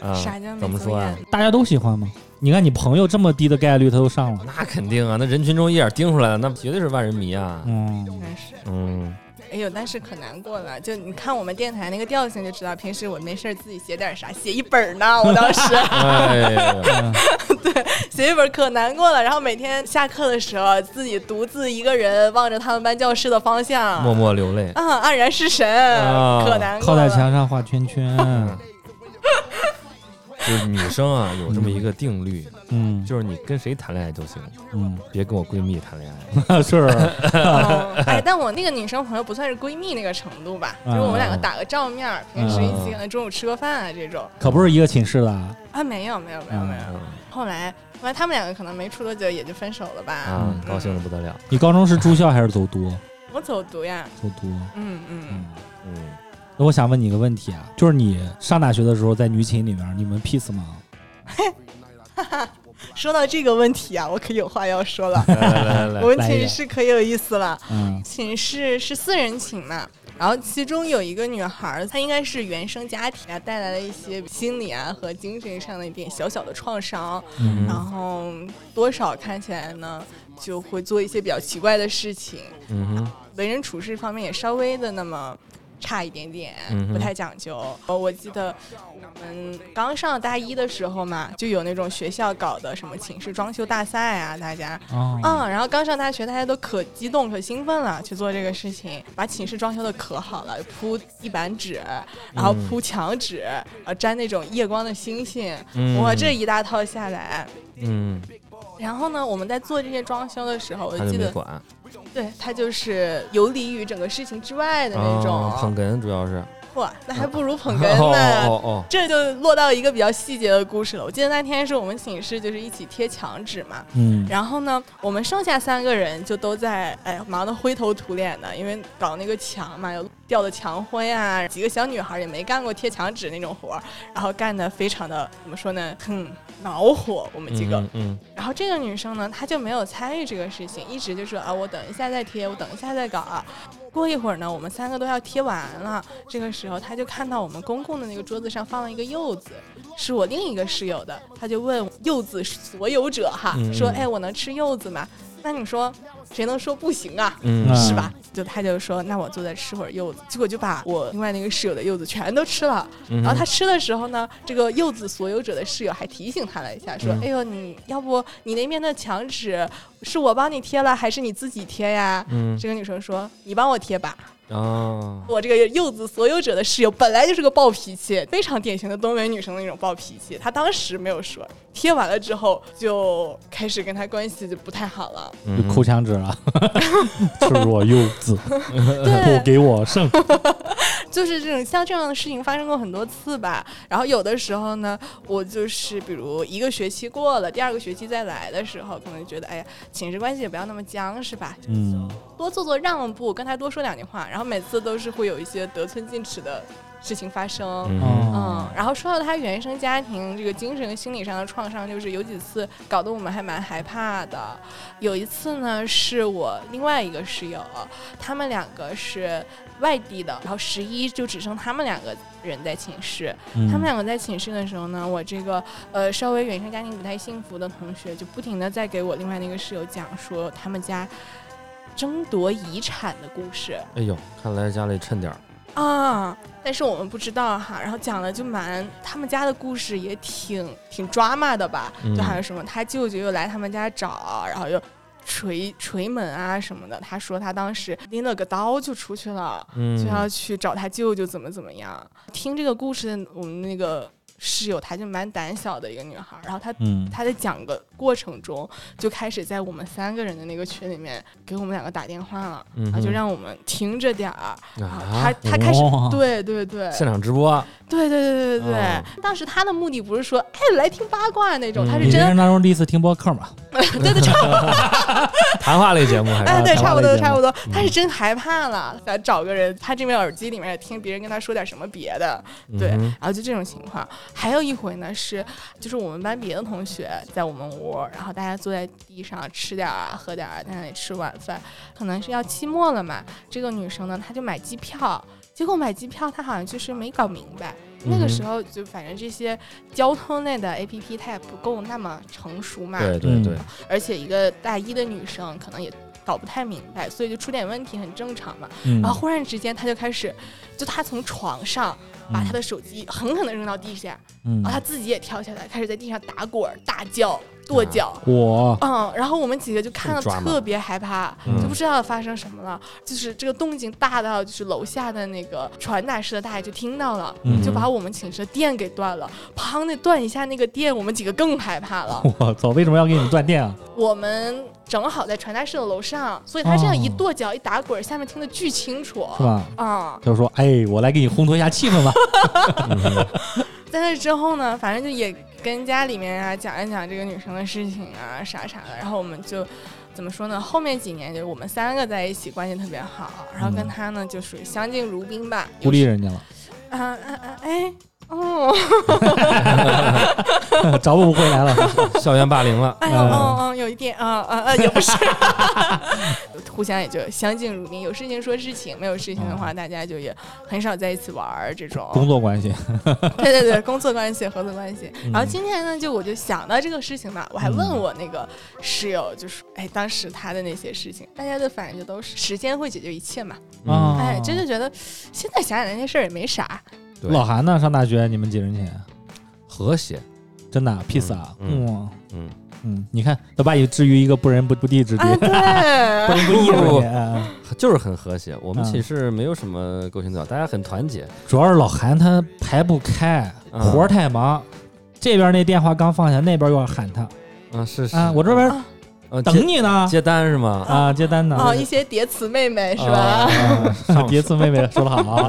A: 啊
E: 啥叫，没
A: 怎么
E: 走
A: 说呀
E: 眼？
D: 大家都喜欢吗？你看你朋友这么低的概率他都上了，
A: 那肯定啊，那人群中一眼盯出来了，那绝对是万人迷啊，
D: 嗯，
E: 但是，
A: 嗯，
E: 哎呦，但是可难过了。就你看我们电台那个调性就知道，平时我没事儿自己写点啥，写一本儿呢。我当时
A: 哎呀。
E: 写一本儿可难过了，然后每天下课的时候自己独自一个人望着他们班教室的方向，
A: 默默流泪。
E: 嗯，黯然失神，
A: 啊
E: 可难过
D: 靠在
E: 了。
D: 墙上画圈圈，
A: 就是女生啊，有这么一个定律，
D: 嗯
A: 就是你跟谁谈恋爱都行，
D: 嗯，
A: 别跟我闺蜜谈恋爱。
D: 是，
E: 嗯 哎，但我那个女生朋友不算是闺蜜那个程度吧，就是我们
D: 嗯
E: 两个打个照面儿，平时一起可能中午吃个饭啊这种。
D: 可不是一个寝室的啊，
E: 啊，没有没有没有没有。
D: 嗯
E: 后来后来他们两个可能没处多久也就分手了吧。
A: 啊，高兴的不得 了。
D: 你高中是住校还是走读？
E: 我走读呀，
D: 走读，
E: 嗯嗯，
D: 嗯。
A: 嗯，。
D: 那我想问你一个问题啊，就是你上大学的时候在女寝里面，你们 peace 吗？
E: 说到这个问题啊，我可有话要 说了
A: 来来来
E: 我
A: 来，
E: 们
D: 来一
E: 寝
D: 个
E: 室可有意思了，
D: 嗯
E: 寝室是四人寝嘛，然后其中有一个女孩儿，她应该是原生家庭啊带来了一些心理啊和精神上的一点小小的创伤，
D: 嗯
E: 然后多少看起来呢就会做一些比较奇怪的事情，
A: 嗯哼，
E: 为人处事方面也稍微的那么差一点点，
A: 嗯哼
E: 不太讲究。呃我记得我们刚上大一的时候嘛，就有那种学校搞的什么寝室装修大赛啊，大家。
D: 啊，
E: 嗯，然后刚上大学，大家都可激动、可兴奋了，去做这个事情，把寝室装修的可好了，铺地板纸，
A: 嗯
E: 然后铺墙纸，然后粘那种夜光的星星，哇，这一大套下来，
A: 嗯，
E: 然后呢，我们在做这些装修的时候，我
A: 他就
E: 记
A: 没
E: 得
A: 管
E: 对他就是游离于整个事情之外的那
A: 哦捧
E: 种，啊
A: 哏主要是
E: 哇，那还不如 捧哏
A: 哦
E: 呢。
A: 哦哦
E: 这就落到一个比较细节的故事了。我记得那天是我们寝室就是一起贴墙纸嘛，
D: 嗯，
E: 然后呢，我们剩下三个人就都在哎忙得灰头土脸的，因为搞那个墙嘛，有掉的墙灰啊，几个小女孩也没干过贴墙纸那种活儿，然后干得非常的怎么说呢，很恼火。我们
A: 哦，
E: 几个，
A: 嗯嗯
E: 然后这个女生呢，她就没有参与这个事情，一直就说啊，我等一下再贴，我等一下再搞啊。过一会儿呢，我们三个都要贴完了，这个时候她就看到我们公共的那个桌子上放了一个柚子，是我另一个室友的，她就问柚子所有者哈，
A: 嗯
E: 说
A: 嗯
E: 哎，我能吃柚子吗？那你说谁能说不行啊？
A: 嗯
D: 啊
A: 嗯
E: 是吧？就她就说，那我坐在吃会儿柚子，结果就把我另外那个室友的柚子全都吃了。
A: 嗯，
E: 哦然后他吃的时候呢，这个柚子所有者的室友还提醒他了一下，说：“
A: 嗯
E: 哎呦，你要不你那边的墙纸是我帮你贴了，还是你自己贴呀？”
A: 嗯
E: 这个女生说：“你帮我贴吧。
A: 啊”，
E: 我这个柚子所有者的室友本来就是个暴脾气，非常典型的东北女生的那种暴脾气。她当时没有说，贴完了之后就开始跟她关系就不太好了。
A: 嗯
D: 就抠墙纸了，赤裸柚子，不给我剩。
E: 就是这种像这样的事情发生过很多次吧。然后有的时候呢，我就是比如一个学期过了，第二个学期再来的时候，可能觉得哎呀，寝室关系也不要那么僵，是吧？
D: 嗯，
E: 多做做让步，跟他多说两句话。然后每次都是会有一些得寸进尺的事情发生。
A: 嗯
E: 嗯
D: 哦，，
E: 然后说到他原生家庭这个精神和心理上的创伤，就是有几次搞得我们还蛮害怕的。有一次呢，是我另外一个室友，他们两个是外地的，然后十一就只剩他们两个人在寝室。
A: 嗯
D: 嗯
E: 他们两个在寝室的时候呢，我这个呃稍微原生家庭不太幸福的同学，就不停的在给我另外那个室友讲说他们家争夺遗产的故事。
A: 哎呦，看来家里趁点儿，
E: 啊，但是我们不知道哈。然后讲了就蛮他们家的故事也挺挺抓马的吧，
A: 嗯
E: 就还有什么他舅舅又来他们家找，然后又捶捶门啊什么的。他说他当时拎了个刀就出去了，
A: 嗯，
E: 就要去找他舅舅怎么怎么样。听这个故事，的我们那个室友她就蛮胆小的一个女孩儿，然后她
D: 嗯，
E: 他在讲的过程中，就开始在我们三个人的那个群里面给我们两个打电话了，
A: 嗯哼
E: 然后就让我们听着点儿。然后他
A: 啊，
E: 他开始
D: 哦，
E: 对对对
A: 现场直播啊，
E: 对对对对对
A: 哦
E: 对，当时他的目的不是说哎来听八卦那种，
A: 嗯
E: 他
D: 你
E: 是
D: 人
E: 真
D: 生当中第一次听播客嘛？
E: 对对差不多，
A: 谈话类节目还
E: 哎
A: 是
E: 对差不多
D: 谈
E: 差
D: 话
E: 不
D: 类
E: 多，他
A: 嗯
E: 是真害怕了，想找个人，他这边耳机里面也听别人跟他说点什么别的，对，
A: 嗯
E: 然后就这种情况。还有一回呢，是就是我们班别的同学在我们屋，然后大家坐在地上吃点儿啊、喝点儿，在那里吃晚饭，可能是要期末了嘛。这个女生呢，她就买机票，结果买机票她好像就是没搞明白。那
A: 嗯
E: 个时候就反正这些交通类的 A P P 它也不够那么成熟嘛，
A: 对对
D: 嗯
A: 对，
E: 而且一个大一的女生可能也搞不太明白，所以就出点问题很正常嘛。
D: 嗯
E: 然后忽然之间，他就开始，就他从床上把他的手机狠狠地扔到地下，
D: 嗯
E: 然后他自己也跳下来，开始在地上打滚儿、大叫、跺
D: 啊
E: 脚。
D: 我
E: 嗯，然后我们几个就看了
A: 很抓马
E: 特别害怕，
A: 嗯
E: 就不知道发生什么了。就是这个动静大到，就是楼下的那个传达室的大爷就听到了，
D: 嗯
E: 就把我们寝室的电给断了。砰的断一下那个电，我们几个更害怕了。
D: 我操，为什么要给你们断 电啊？
E: 我们正好在传达室的楼上，所以他这样一
D: 哦
E: 跺脚、一打滚儿，下面听得巨清楚。
D: 是吧？
E: 啊、
D: 他就说：“哎，我来给你烘托一下气氛 吧。
E: 在那之后呢，反正就也跟家里面啊讲一讲这个女生的事情啊，啥啥的。然后我们就怎么说呢？后面几年就是我们三个在一起关系特别好，然后跟她呢就属于相敬如宾吧”。啊
D: 孤立人家了，
E: 啊啊啊！哎，哦，
D: 找我不回 来了。
A: 校园霸凌了。
E: 哎呦，
D: 嗯
E: 嗯嗯，有一点啊啊啊，也不是， 互相也就相敬如宾，有事情说事情，没有事情的话，大家就也很少在一起玩儿这种。
D: 工作关系，
E: 对对对，工作关系、合作关系。
D: 嗯
E: 然后今天呢，就我就想到这个事情嘛，我还问我那个室友，就是哎，当时他的那些事情，大家的反应就都是时间会解决一切嘛。
D: 啊
E: 哎，真就觉得现在想想那些事儿也 没啥。
A: 对
D: 老韩呢？上大学你们几人寝？
A: 和谐，
D: 真的啊披萨，
A: 嗯
D: 嗯
A: 嗯，
D: 嗯，你看都把你置于一个不仁不不地之地，
E: 啊，
D: 不
E: 对，
D: 仁不义
A: 不
D: 之
A: 不
D: 地。哎
A: 就是很和谐。我们
D: 嗯
A: 寝室没有什么勾心斗角，大家很团结。
D: 主要是老韩他排不开，
A: 嗯
D: 活儿太忙，这边那电话刚放下，那边又要喊他
A: 啊，是是
D: 啊，我这边
A: 嗯
D: 等
A: 接
D: 你呢
A: 接单是吗？
D: 啊，接单呢。
E: 哦，一些叠词妹妹是吧？
A: 啊？
D: 啊
A: 上
D: 叠词妹妹说的好啊，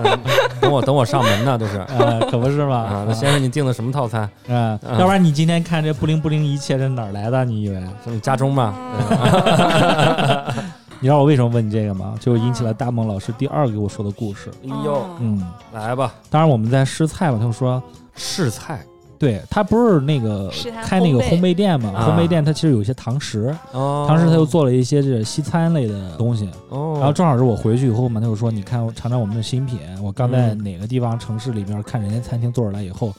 A: 等我等我上门呢，都是啊。
D: 呃，可不是嘛，
A: 那先生，你订的什么套餐？
D: 嗯，
A: 嗯
D: 要不然你今天看这不灵不灵一切是哪儿来的？你以为？
A: 是你家中
D: 哦
A: 吗？
E: 嗯哦
D: 你知道我为什么问你这个吗？就引起了大梦老师第二个给我说的故事。
A: 哎
E: 嗯
A: 呦，，
D: 嗯，
A: 来吧，
D: 当然我们在试菜嘛，他就说，
A: 试菜
D: 对他不是那个
E: 是他
D: 开那个烘
E: 烘焙
D: 焙店嘛，
A: 啊
D: 烘焙店它其实有一些堂食，
A: 哦
D: 堂食他又做了一些这西餐类的东西。
A: 哦，
D: 然后正好是我回去以后嘛，他就说，你看我尝尝我们的新品，我刚在
A: 嗯
D: 哪个地方城市里边看人家餐厅做出来以后，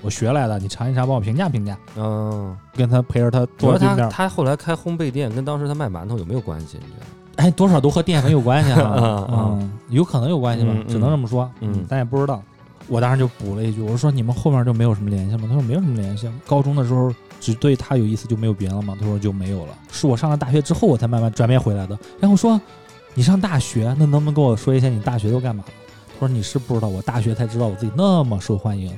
D: 我学来的，你尝一尝，帮我评价评价。
A: 嗯，
D: 跟他陪着他
A: 主
D: 坐
A: 要
D: 对
A: 他
D: 面，
A: 他后来开烘焙店，跟当时他卖馒头有没有关系？你觉得？，
D: 哎，多少都和淀粉有关系 啊
A: 嗯
D: 嗯，有可能有关系吧
A: 嗯，嗯
D: 只能这么说，
A: 嗯
D: 咱也不知道。我当时就补了一句，我说你们后面就没有什么联系吗？他说没有什么联系，高中的时候只对他有意思就没有别的了吗？他说就没有了，是我上了大学之后我才慢慢转变回来的。然后我说你上大学，那能不能跟我说一下你大学都干嘛了？他说你是不知道，我大学才知道我自己那么受欢迎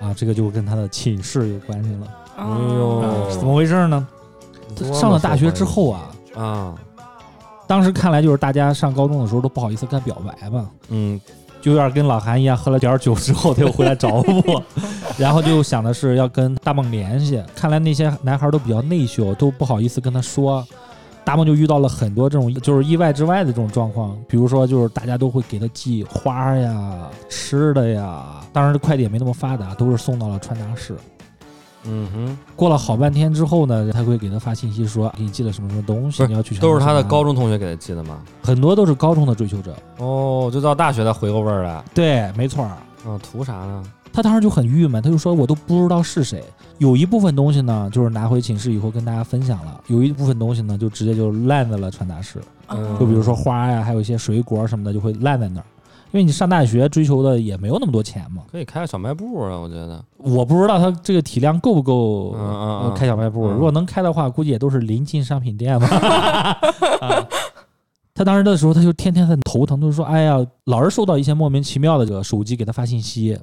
D: 啊，这个就跟他的寝室有关系了。
A: 哎呦
D: 啊
A: 哦
D: 是怎么回事呢？
A: 多么
D: 上了大学之后啊，
A: 受欢迎啊，
D: 当时看来就是大家上高中的时候都不好意思跟他表白嘛，
A: 嗯，
D: 就有点跟老韩一样，喝了点儿酒之后他又回来找我， 然后就想的是要跟大梦联系。看来那些男孩都比较内秀，都不好意思跟他说。大梦就遇到了很多这种就是意外之外的这种状况，比如说就是大家都会给他寄花呀、吃的呀，当然快递也没那么发达，都是送到了传达室。
A: 嗯哼，
D: 过了好半天之后呢，他会给他发信息说给你寄了什么什么东
A: 不
D: 西，
A: 是
D: 你要去
A: 都是他的
D: 传达室拿
A: 高，中同学给他寄的吗？
D: 很多都是高中的追求者。
A: 哦，就到大学才回过味儿来。
D: 对，没错儿。
A: 嗯，图啥呢？
D: 他当时就很郁闷，他就说：“我都不知道是谁。”有一部分东西呢，就是拿回寝室以后跟大家分享了；有一部分东西呢，就直接就烂在了传达室。
A: 嗯
D: 哎就比如说花呀，还有一些水果什么的，就会烂在那儿。因为你上大学追求的也没有那么多钱嘛，
A: 可以开个小卖部啊，我觉得。
D: 我不知道他这个体量够不够、
A: 嗯嗯嗯
D: 呃开小卖部。
A: 嗯
D: 如果能开的话，估计也都是临近商品 店吧。啊他当时的时候，他就天天很头疼，就是说：“哎呀，老是收到一些莫名其妙的这个手机给他发信息，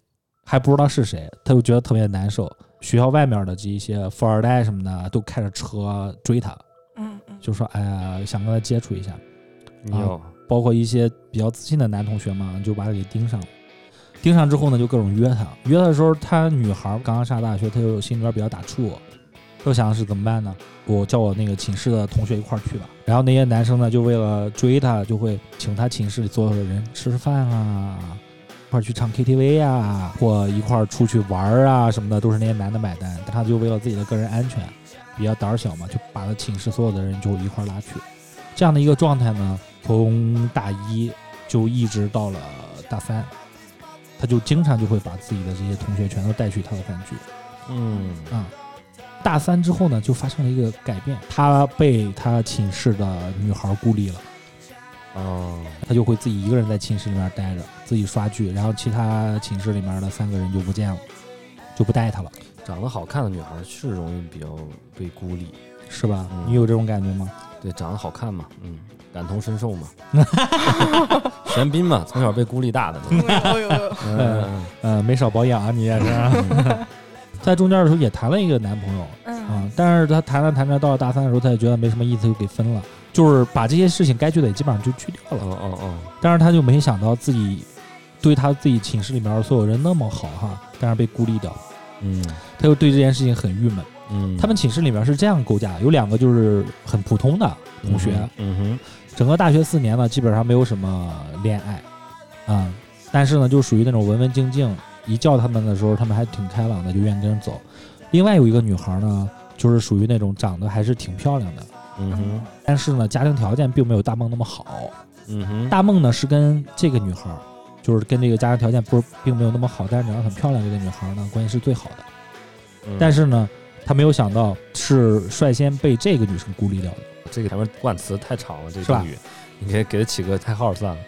D: 还不知道是谁，他就觉得特别难受。学校外面的这一些富二代什么的，都开着车追他，
E: 嗯嗯
D: 就说：‘哎呀，想跟他接触一下。’
A: 你有，
D: 包括一些比较自信的男同学嘛，就把他给盯上了。盯上之后呢，就各种约他。约他的时候，他女孩刚刚上大学，他又心里边比较打怵，又想的是怎么办呢？我叫我那个寝室的同学一块儿去吧。然后那些男生呢，就为了追她，就会请她寝室里所有的人吃吃饭啊，一块儿去唱 KTV 啊，或一块儿出去玩儿啊什么的，都是那些男的买单。但他就为了自己的个人安全，比较胆儿小嘛，就把他寝室所有的人就一块儿拉去。这样的一个状态呢，从大一就一直到了大三，他就经常就会把自己的这些同学全都带去他的饭局。
A: 嗯
D: 啊、大三之后呢，就发生了一个改变，他被他寝室的女孩孤立了，
A: 哦，
D: 他就会自己一个人在寝室里面待着，自己刷剧，然后其他寝室里面的三个人就不见了，就不带他了，
A: 长得好看的女孩是容易比较被孤立。
D: 是吧？
A: 嗯
D: 你有这种感觉吗？
A: 对，长得好看嘛，嗯，感同身受嘛，玄彬嘛，从小被孤立大的，
E: 嗯，哎呦哎呦，
A: 嗯嗯
D: 呃，没少保养啊，你也是啊。 在中间的时候也谈了一个男朋友，啊
E: 嗯，
D: 但是他谈着谈着到了大三的时候，他也觉得没什么意思，就给分了，就是把这些事情该去的也基本上就去掉
A: 嗯，
D: 了。
A: 哦哦哦，
D: 但是他就没想到自己对他自己寝室里面所有人那么好哈，但是被孤立掉了，
A: 嗯
D: 他就对这件事情很郁闷。
A: 嗯，
D: 他们寝室里面是这样构架，有两个就是很普通的同学，
A: 嗯
D: 整个大学四年呢，基本上没有什么恋爱，啊、但是呢，就属于那种文文静静，一叫他们的时候，他们还挺开朗的，就愿意跟人走。另外有一个女孩呢，就是属于那种长得还是挺漂亮的，
A: 嗯哼，
D: 但是呢，家庭条件并没有大梦那么好。
A: 嗯哼，
D: 大梦呢是跟这个女孩儿，就是跟这个家庭条件不是并没有那么好，但是长得很漂亮这个女孩儿呢，关系是最好的。
A: 嗯
D: 但是呢，他没有想到是率先被这个女生孤立掉的。
A: 这个前面冠词太长了，这
D: 是吧
A: 个语，你给给它起个代号算了。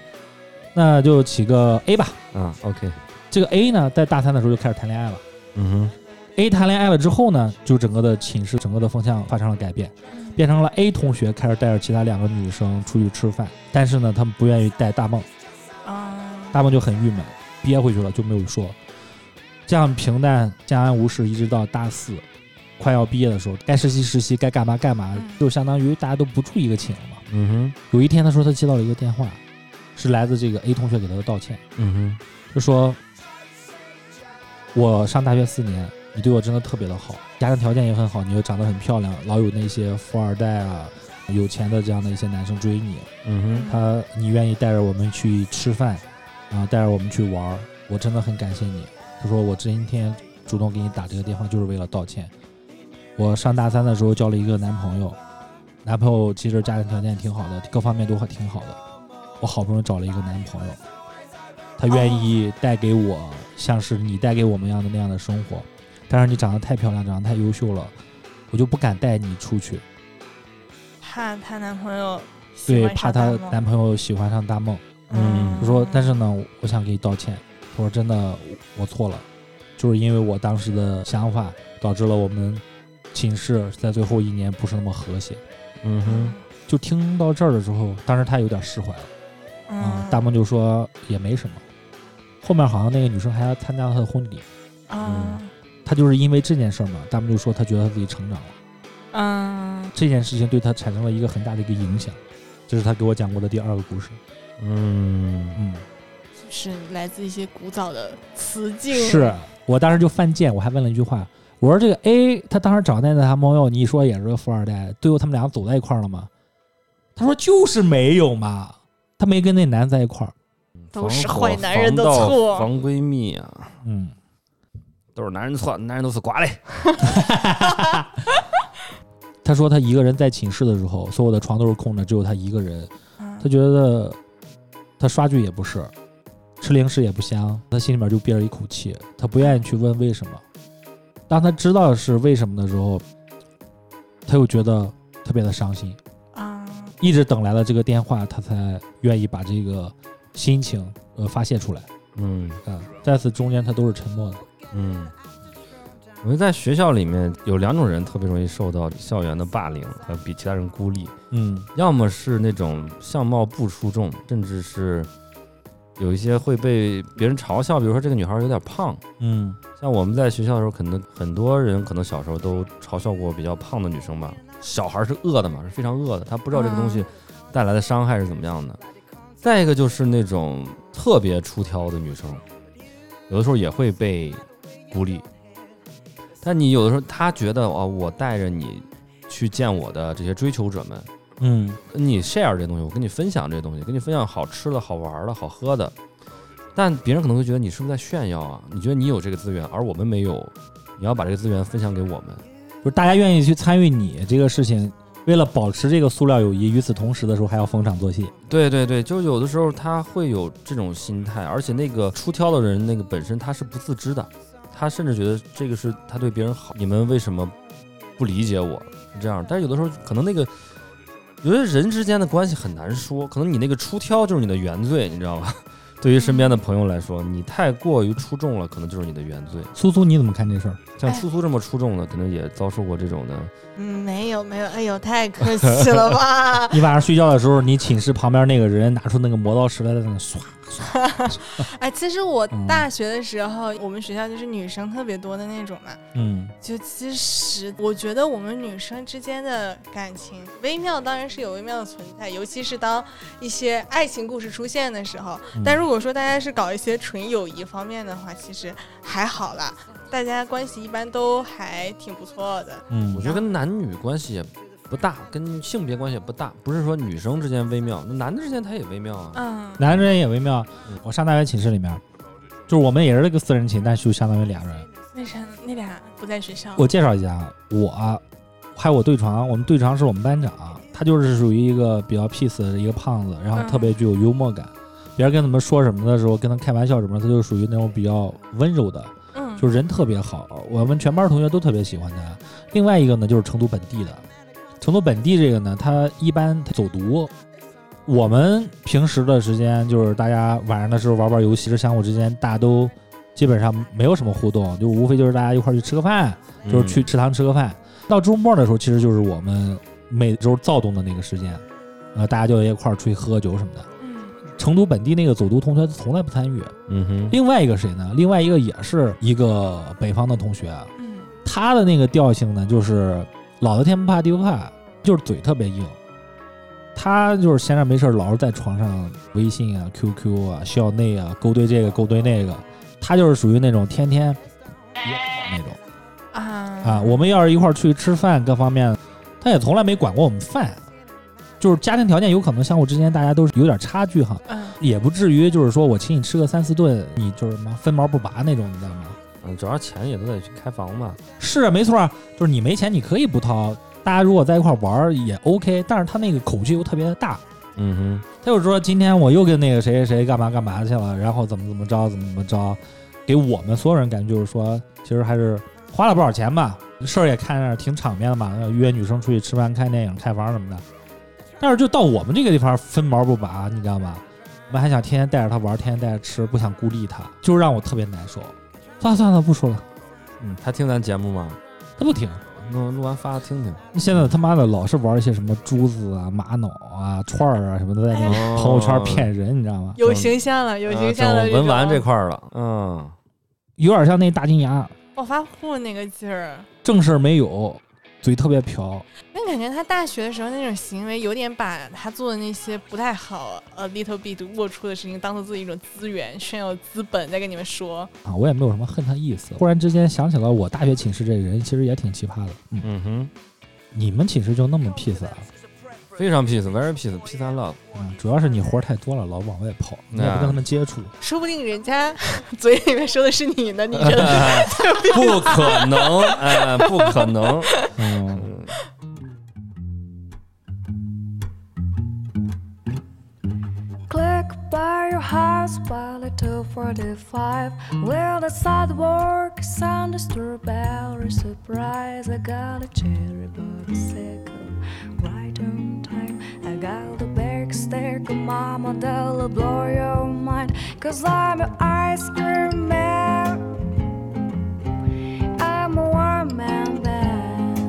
D: 那就起个 A 吧。
A: 啊，OK，
D: 这个 A 呢，在大三的时候就开始谈恋爱了。
A: 嗯
D: A 谈恋爱了之后呢，就整个的寝室整个的风向发生了改变，变成了 A 同学开始带着其他两个女生出去吃饭，但是呢，他们不愿意带大梦，
E: 啊，
D: 大梦就很郁闷，憋回去了就没有说。这样平淡相安无事，一直到大四，快要毕业的时候，该实习实习，该干嘛干嘛
E: 嗯，
D: 就相当于大家都不住一个寝了嘛。
A: 哼，嗯
D: 有一天，他说他接到了一个电话，是来自这个 A 同学给他的道歉。
A: 哼，嗯
D: 就说我上大学四年，你对我真的特别的好，家庭条件也很好，你又长得很漂亮，老有那些富二代啊、有钱的这样的一些男生追你，
A: 哼，嗯哼，
D: 他你愿意带着我们去吃饭，然后带着我们去玩儿，我真的很感谢你。他说我今天主动给你打这个电话就是为了道歉。我上大三的时候交了一个男朋友，男朋友其实家庭条件挺好的，各方面都还挺好的。我好不容易找了一个男朋友，他愿意带给我像是你带给我们一样的那样的生活，但是你长得太漂亮，长得太优秀了，我就不敢带你出去。
E: 怕她男朋友喜
D: 对，
E: 欢
D: 怕
E: 上
D: 她
E: 大梦
D: 男朋友喜欢上大梦。
A: 嗯
D: 他说：“但是呢，我我想给你道歉。”他说：“真的，我错了，就是因为我当时的想法导致了我们寝室在最后一年不是那么和谐。
A: 嗯哼，”
D: 就听到这儿的时候，当时他有点释怀了啊、
E: 嗯，
D: 大梦就说：“也没什么。”后面好像那个女生还要参加他的婚礼，
E: 啊
D: 他就是因为这件事儿嘛，大梦就说他觉得他自己成长了，
E: 嗯
D: 这件事情对他产生了一个很大的一个影响。这是他给我讲过的第二个故事。
A: 嗯
D: 嗯，
E: 就是来自一些古早的词境，
D: 是我当时就犯贱，我还问了一句话，我说这个 A 他当时找那个男朋友，你说也是个富二代，最后他们俩走在一块儿了吗？他说就是没有嘛，他没跟那男在一块儿。
E: 都是
A: 防火
E: 坏男人的
A: 防盗
E: 错
A: 防闺蜜啊，
D: 嗯，
A: 都是男人的错，男人都是瓜嘞。
D: 他说他一个人在寝室的时候，所有的床都是空的，只有他一个人。
E: 嗯
D: 他觉得他刷剧也不是，吃零食也不香，他心里面就憋着一口气，他不愿意去问为什么。当他知道是为什么的时候，他又觉得特别的伤心。
E: 啊，
D: 一直等来了这个电话，他才愿意把这个心情呃发泄出来
A: 嗯
D: 啊、在此中间，他都是沉默的。
A: 嗯，我觉
D: 嗯
A: 得在学校里面有两种人特别容易受到校园的霸凌，还有比其他人孤立。
D: 嗯
A: 要么是那种相貌不出众，甚至是有一些会被别人嘲笑，比如说这个女孩有点胖。
D: 嗯，
A: 像我们在学校的时候，可能很多人可能小时候都嘲笑过比较胖的女生吧。小孩是饿的嘛，是非常饿的，他不知道这个东西带来的伤害是怎么样的。再一个就是那种特别出挑的女生，有的时候也会被孤立。但你有的时候，她觉得啊，我带着你去见我的这些追求者们，
D: 嗯
A: 跟你 share 这东西，我跟你分享这东西，跟你分享好吃的、好玩的、好喝的，但别人可能会觉得你是不是在炫耀啊？你觉得你有这个资源，而我们没有，你要把这个资源分享给我们。
D: 就是大家愿意去参与你这个事情，为了保持这个塑料友谊，与此同时的时候还要逢场作戏。
A: 对对对，就有的时候他会有这种心态，而且那个出挑的人，那个本身他是不自知的，他甚至觉得这个是他对别人好，你们为什么不理解我？是这样，但是有的时候可能那个，有的人之间的关系很难说，可能你那个出挑就是你的原罪，你知道吧？ 对于身边的朋友来说，你太过于出众了，可能就是你的原罪。
D: 苏苏，你怎么看这事儿？！
A: 像苏苏这么出众的，可能也遭受过这种的。
E: 嗯，没有没有，哎呦，太可惜了吧
D: 你晚上睡觉的时候，你寝室旁边那个人拿出那个磨刀石来，在那刷。
E: 哎，其实我
D: 嗯
E: 大学的时候，我们学校就是女生特别多的那种嘛。
D: 嗯
E: 就其实我觉得我们女生之间的感情微妙，当然是有微妙的存在，尤其是当一些爱情故事出现的时候。
D: 嗯
E: 但如果说大家是搞一些纯友谊方面的话，其实还好啦，大家关系一般都还挺不错的。
D: 嗯
A: 我觉得跟男女关系也不大，跟性别关系也不大，不是说女生之间微妙，那男的之间他也微妙啊。
E: 嗯
D: 男人也微妙
A: 嗯。
D: 我上大学寝室里面，就是我们也是那个四人寝，但就相当于俩人。
E: 那啥，那俩不在学校。
D: 我介绍一下，啊，我还有我队长，我们队长是我们班长，他就是属于一个比较 peace 的一个胖子，然后
E: 嗯
D: 特别具有幽默感。别人跟他们说什么的时候，跟他开玩笑什么的，他就属于那种比较温柔的，
E: 嗯，
D: 就是人特别好。我们全班同学都特别喜欢他。另外一个呢，就是成都本地的，成都本地这个呢，他一般他走读。我们平时的时间就是大家晚上的时候玩玩游戏，这相互之间大家都基本上没有什么互动，就无非就是大家一块儿去吃个饭，就是去食堂吃个饭。到周末的时候，其实就是我们每周躁动的那个时间，呃，大家就一块儿出去喝喝酒什么的。
E: 嗯
D: 成都本地那个走读同学从来不参与。
A: 嗯哼，
D: 另外一个谁呢？另外一个也是一个北方的同学，啊
E: 嗯
D: 他的那个调性呢，就是老子天不怕地不怕，就是嘴特别硬。他就是闲着没事儿，老是在床上微信啊、QQ 啊、校内啊勾兑这个勾兑那个。他就是属于那种天天那种。
E: 啊
D: 啊，
E: 啊
D: 我们要是一块儿去吃饭，各方面，他也从来没管过我们饭，就是家庭条件有可能相互之间大家都是有点差距哈，
E: 嗯
D: 也不至于就是说我请你吃个三四顿，你就是妈分毛不拔那种，你知道吗？
A: 嗯，主要钱也都得去开房嘛。
D: 是啊没错儿，就是你没钱你可以不掏，大家如果在一块儿玩儿也 OK，但是他那个口气又特别的大，
A: 嗯
D: 他就说今天我又跟那个谁谁谁干嘛干嘛去了，然后怎么怎么着怎么怎么着，给我们所有人感觉就是说，其实还是花了不少钱吧，事儿也看着挺场面的嘛，约女生出去吃饭、看电影、开房什么的。但是就到我们这个地方分毛不拔，你知道吗？我们还想天天带着他玩，天天带着吃，不想孤立他，就让我特别难受。算了算了，不说了，
A: 哼，嗯，他听咱节目吗？
D: 他不听。
A: 录录完发听听。
D: 现在他妈的老是玩一些什么珠子啊、玛瑙啊、串儿啊什么的，在那个朋友圈骗人，你知道吗？
E: 有形象了，有
A: 呃
E: 形象了，
A: 啊整文玩
E: 这
A: 这
E: 种
A: 块儿了。嗯，
D: 有点像那大金牙，
E: 暴发户那个劲儿。
D: 正事儿没有，嘴特别瓢。
E: 那感觉他大学的时候那种行为，有点把他做的那些不太好呃 little bit 龌龊的事情，当做自己一种资源，炫耀资本，在跟你们说。
D: 啊，我也没有什么恨他意思。忽然之间想起了我大学寝室这个人，其实也挺奇葩的。嗯，
A: 嗯哼，
D: 你们寝室就那么 peace 啊？
A: 非常 peace，very peace，peace and love。
D: 嗯，主要是你活儿太多了，老往外跑，你也不跟他们接触。
E: 说不定人家 嘴里面说的是你呢，你觉得
A: 不可能，哎，不可能。
D: 嗯，
B: Click by your house by the 245 Will the sidewalk sound disturbed every surprise I got a cherry bicycle right on time I got the big stick mama that'll blow your mind Cause I'm an ice cream man I'm a one man band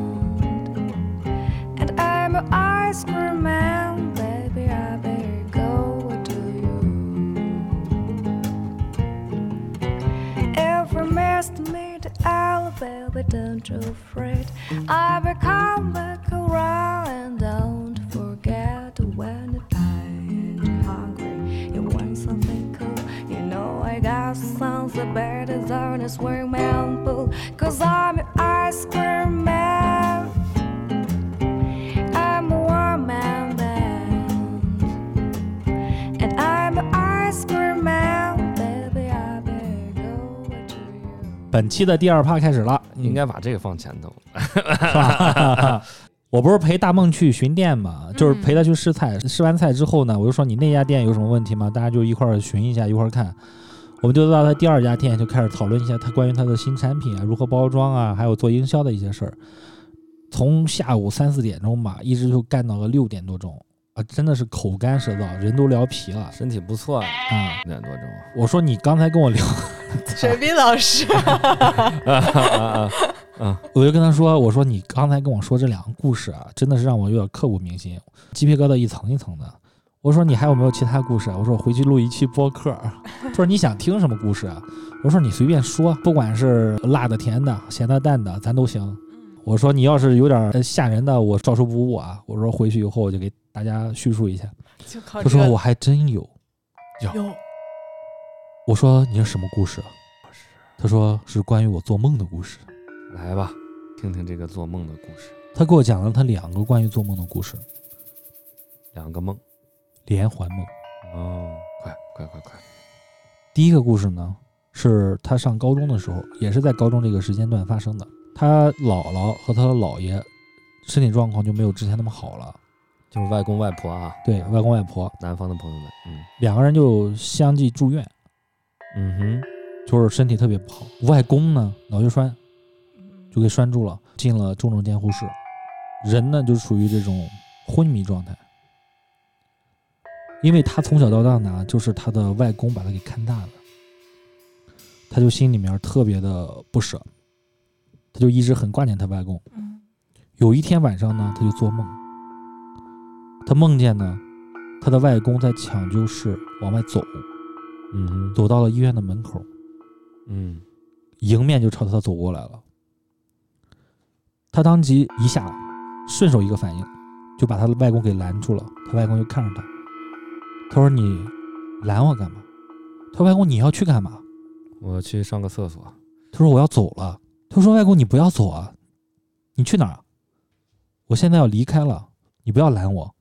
B: and I'm an ice cream man, baby. I better go to you. Every missed meet I'll baby, don't you afraid. I will come back around and don't forget when you're tired and hungry. You want something cool, you know I got something better than a swimming pool. Cause I'm an ice cream man. I'm a warm man band. And I'm an ice cream man, baby. I better go with you.
D: 本期的第二趴开始了，
A: 应该把这个放前头。
D: 是吧？ 我不是陪大梦去巡店嘛，就是陪他去试菜。试完菜之后呢，我就说你那家店有什么问题吗？大家就一块儿巡一下，一块儿看。我们就到他第二家店，就开始讨论一下他关于他的新产品啊，如何包装啊，还有做营销的一些事儿。从下午三四点钟吧，一直就干到了六点多钟啊，真的是口干舌燥，人都聊皮了啊
A: 身体不错啊，！ 一点多钟。
D: 我说你刚才跟我聊，
E: 水斌老师
A: 啊啊
D: 我就跟他说，我说你刚才跟我说这两个故事啊，真的是让我有点刻骨铭心，鸡皮疙瘩一层一层的。我说你还有没有其他故事啊？我说我回去录一期播客。他说你想听什么故事啊？我说你随便说，不管是辣的、甜的、咸的、淡的，咱都
E: 嗯
D: 行。我说你要是有点呃吓人的，我照书不误啊。我说回去以后我就给大家叙述一下。
E: 就
D: 他
E: 靠哦这
D: 说
E: 个
D: 我还真有。
E: 有
D: 我说你是什么故事啊？
E: 哦
D: 他说是关于我做梦的故事。
A: 来吧，听听这个做梦的故事。
D: 他给我讲了他两个关于做梦的故事，
A: 两个梦。
D: 连环梦。
A: 哦，快快快快！
D: 第一个故事呢，是他上高中的时候，也是在高中这个时间段发生的。他姥姥和他姥爷身体状况就没有之前那么好了，
A: 就是外公外婆啊，
D: 对外公外婆
A: 南方的朋友们，嗯
D: 两个人就相继住院，
A: 嗯哼，
D: 就是身体特别不好。外公呢脑血栓，
E: 嗯
D: 就给拴住了，进了重症监护室，人呢就处于这种昏迷状态。因为他从小到大呢，就是他的外公把他给看大的，他就心里面特别的不舍，他就一直很挂念他外公。
E: 嗯
D: 有一天晚上呢，他就做梦，他梦见呢，他的外公在抢救室往外走，
A: 嗯哼，
D: 走到了医院的门口，
A: 嗯
D: 迎面就朝他走过来了。他当即一下顺手一个反应，就把他的外公给拦住了。他外公就看着他，他说：“你拦我干嘛？”他说：“外公，你要去干嘛
A: 我去上个厕所，？”
D: 他说：“我要走了。”他说：“外公，你不要走啊，你去哪儿？啊我现在要离开了，你不要拦我。”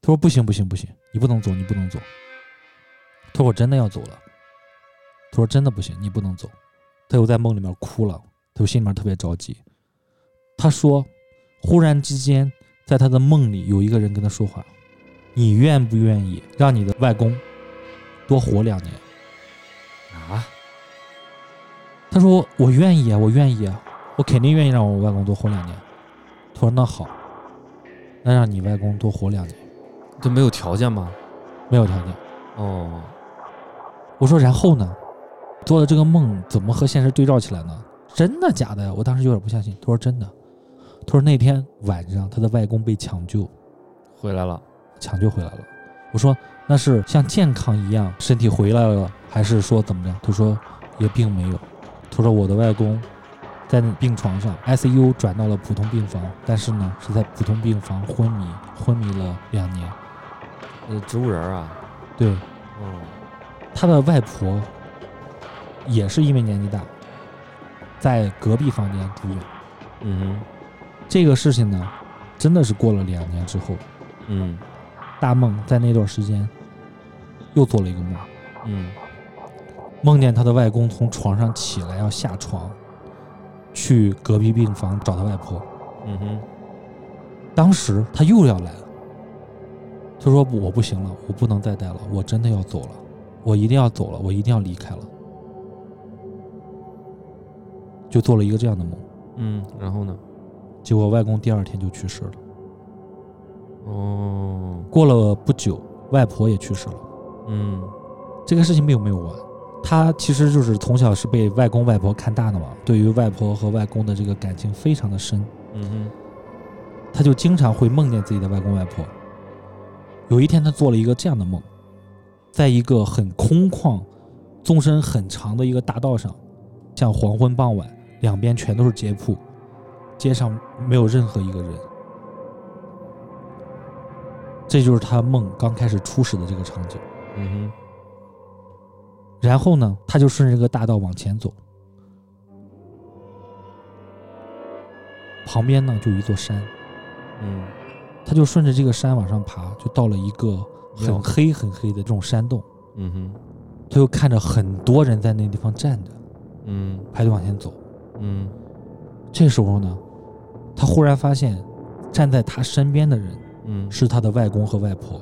D: 他说：“不行，不行，不行，你不能走，你不能走。”他说：“我真的要走了。”他说：“真的不行，你不能走。”他又在梦里面哭了，他就心里面特别着急。他说：“忽然之间，在他的梦里有一个人跟他说话，你愿不愿意让你的外公多活两年？”
A: 啊，
D: 他说：“我愿意啊，我愿意啊，我肯定愿意让我外公多活两年。”他说：“那好，那让你外公多活两年，
A: 这没有条件吗？
D: 没有条件。”
A: 哦，
D: 我说然后呢？做的这个梦怎么和现实对照起来呢？真的假的呀？我当时有点不相信。他说真的。他说那天晚上他的外公被抢救，
A: 回来了，
D: 抢救回来了。我说那是像健康一样身体回来了，还是说怎么着？他说也并没有。他说我的外公在病床上 ICU 转到了普通病房，但是呢是在普通病房昏迷，昏迷了两年。
A: 呃，植物人儿啊，
D: 对，
A: 哦，
D: 他的外婆也是因为年纪大，在隔壁房间住院。
A: 嗯
D: 这个事情呢，真的是过了两年之后，
A: 哼，嗯
D: 大梦在那段时间又做了一个梦，
A: 嗯，
D: 梦见他的外公从床上起来要下床，去隔壁病房找他外婆。
A: 嗯哼，
D: 当时他又要来了，他说不我不行了，我不能再待了，我真的要走了，我一定要走了，我一定要离开了，就做了一个这样的梦。
A: 嗯，然后呢？
D: 结果外公第二天就去世了。
A: 哦，
D: 过了不久，外婆也去世了。
A: 嗯
D: 这个事情并没有完，他其实就是从小是被外公外婆看大的嘛，对于外婆和外公的这个感情非常的深，
A: 嗯哼，
D: 他就经常会梦见自己的外公外婆。有一天，他做了一个这样的梦，在一个很空旷、纵深很长的一个大道上，像黄昏傍晚，两边全都是街铺，街上没有任何一个人。这就是他梦刚开始初始的这个场景。
A: 嗯哼，
D: 然后呢，他就顺着这个大道往前走，旁边呢就有一座山，
A: 嗯
D: 他就顺着这个山往上爬，就到了一个
A: 庙
D: 很黑很黑的这种山洞，
A: 嗯哼，
D: 他就看着很多人在那地方站着
A: 嗯
D: 排队往前走。
A: 嗯
D: 这时候呢，他忽然发现，站在他身边的人
A: 嗯
D: 是他的外公和外婆，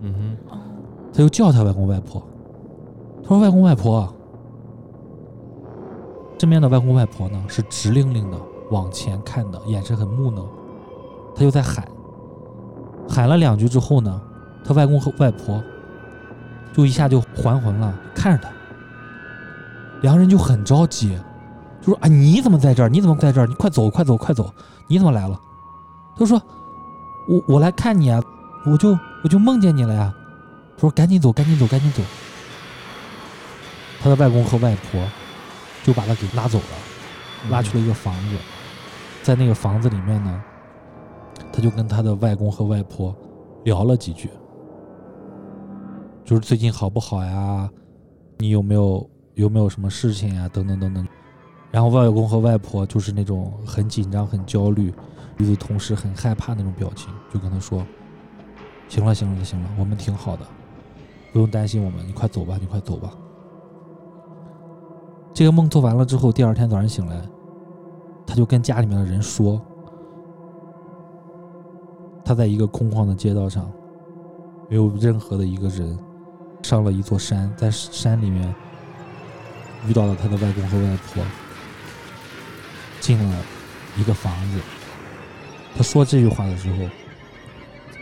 A: 嗯哼，
E: 哦
D: 他就叫他外公外婆，他说：“外公外婆啊。”正面的外公外婆呢是直愣愣的往前看的，眼神很木讷，他就在喊，喊了两句之后呢，他外公和外婆就一下就还魂了，看着他，两个人就很着急，就说：“啊，你怎么在这儿？你怎么在这儿？你快走，快走，快走！你怎么来了？”他说：“我我来看你啊，我就我就梦见你了呀。”他说：“赶紧走，赶紧走，赶紧走。”他的外公和外婆就把他给拉走了，拉去了一个房子，在那个房子里面呢，他就跟他的外公和外婆聊了几句，就是最近好不好呀？你有没有有没有什么事情呀？等等等等。然后外公和外婆就是那种很紧张、很焦虑，与此同时很害怕那种表情，就跟他说：“行了，行了，行了，我们挺好的，不用担心我们，你快走吧，你快走吧。这个梦做完了之后，第二天早上醒来，他就跟家里面的人说，他在一个空旷的街道上，没有任何的一个人，上了一座山，在山里面遇到了他的外公和外婆，进了一个房子。他说这句话的时候，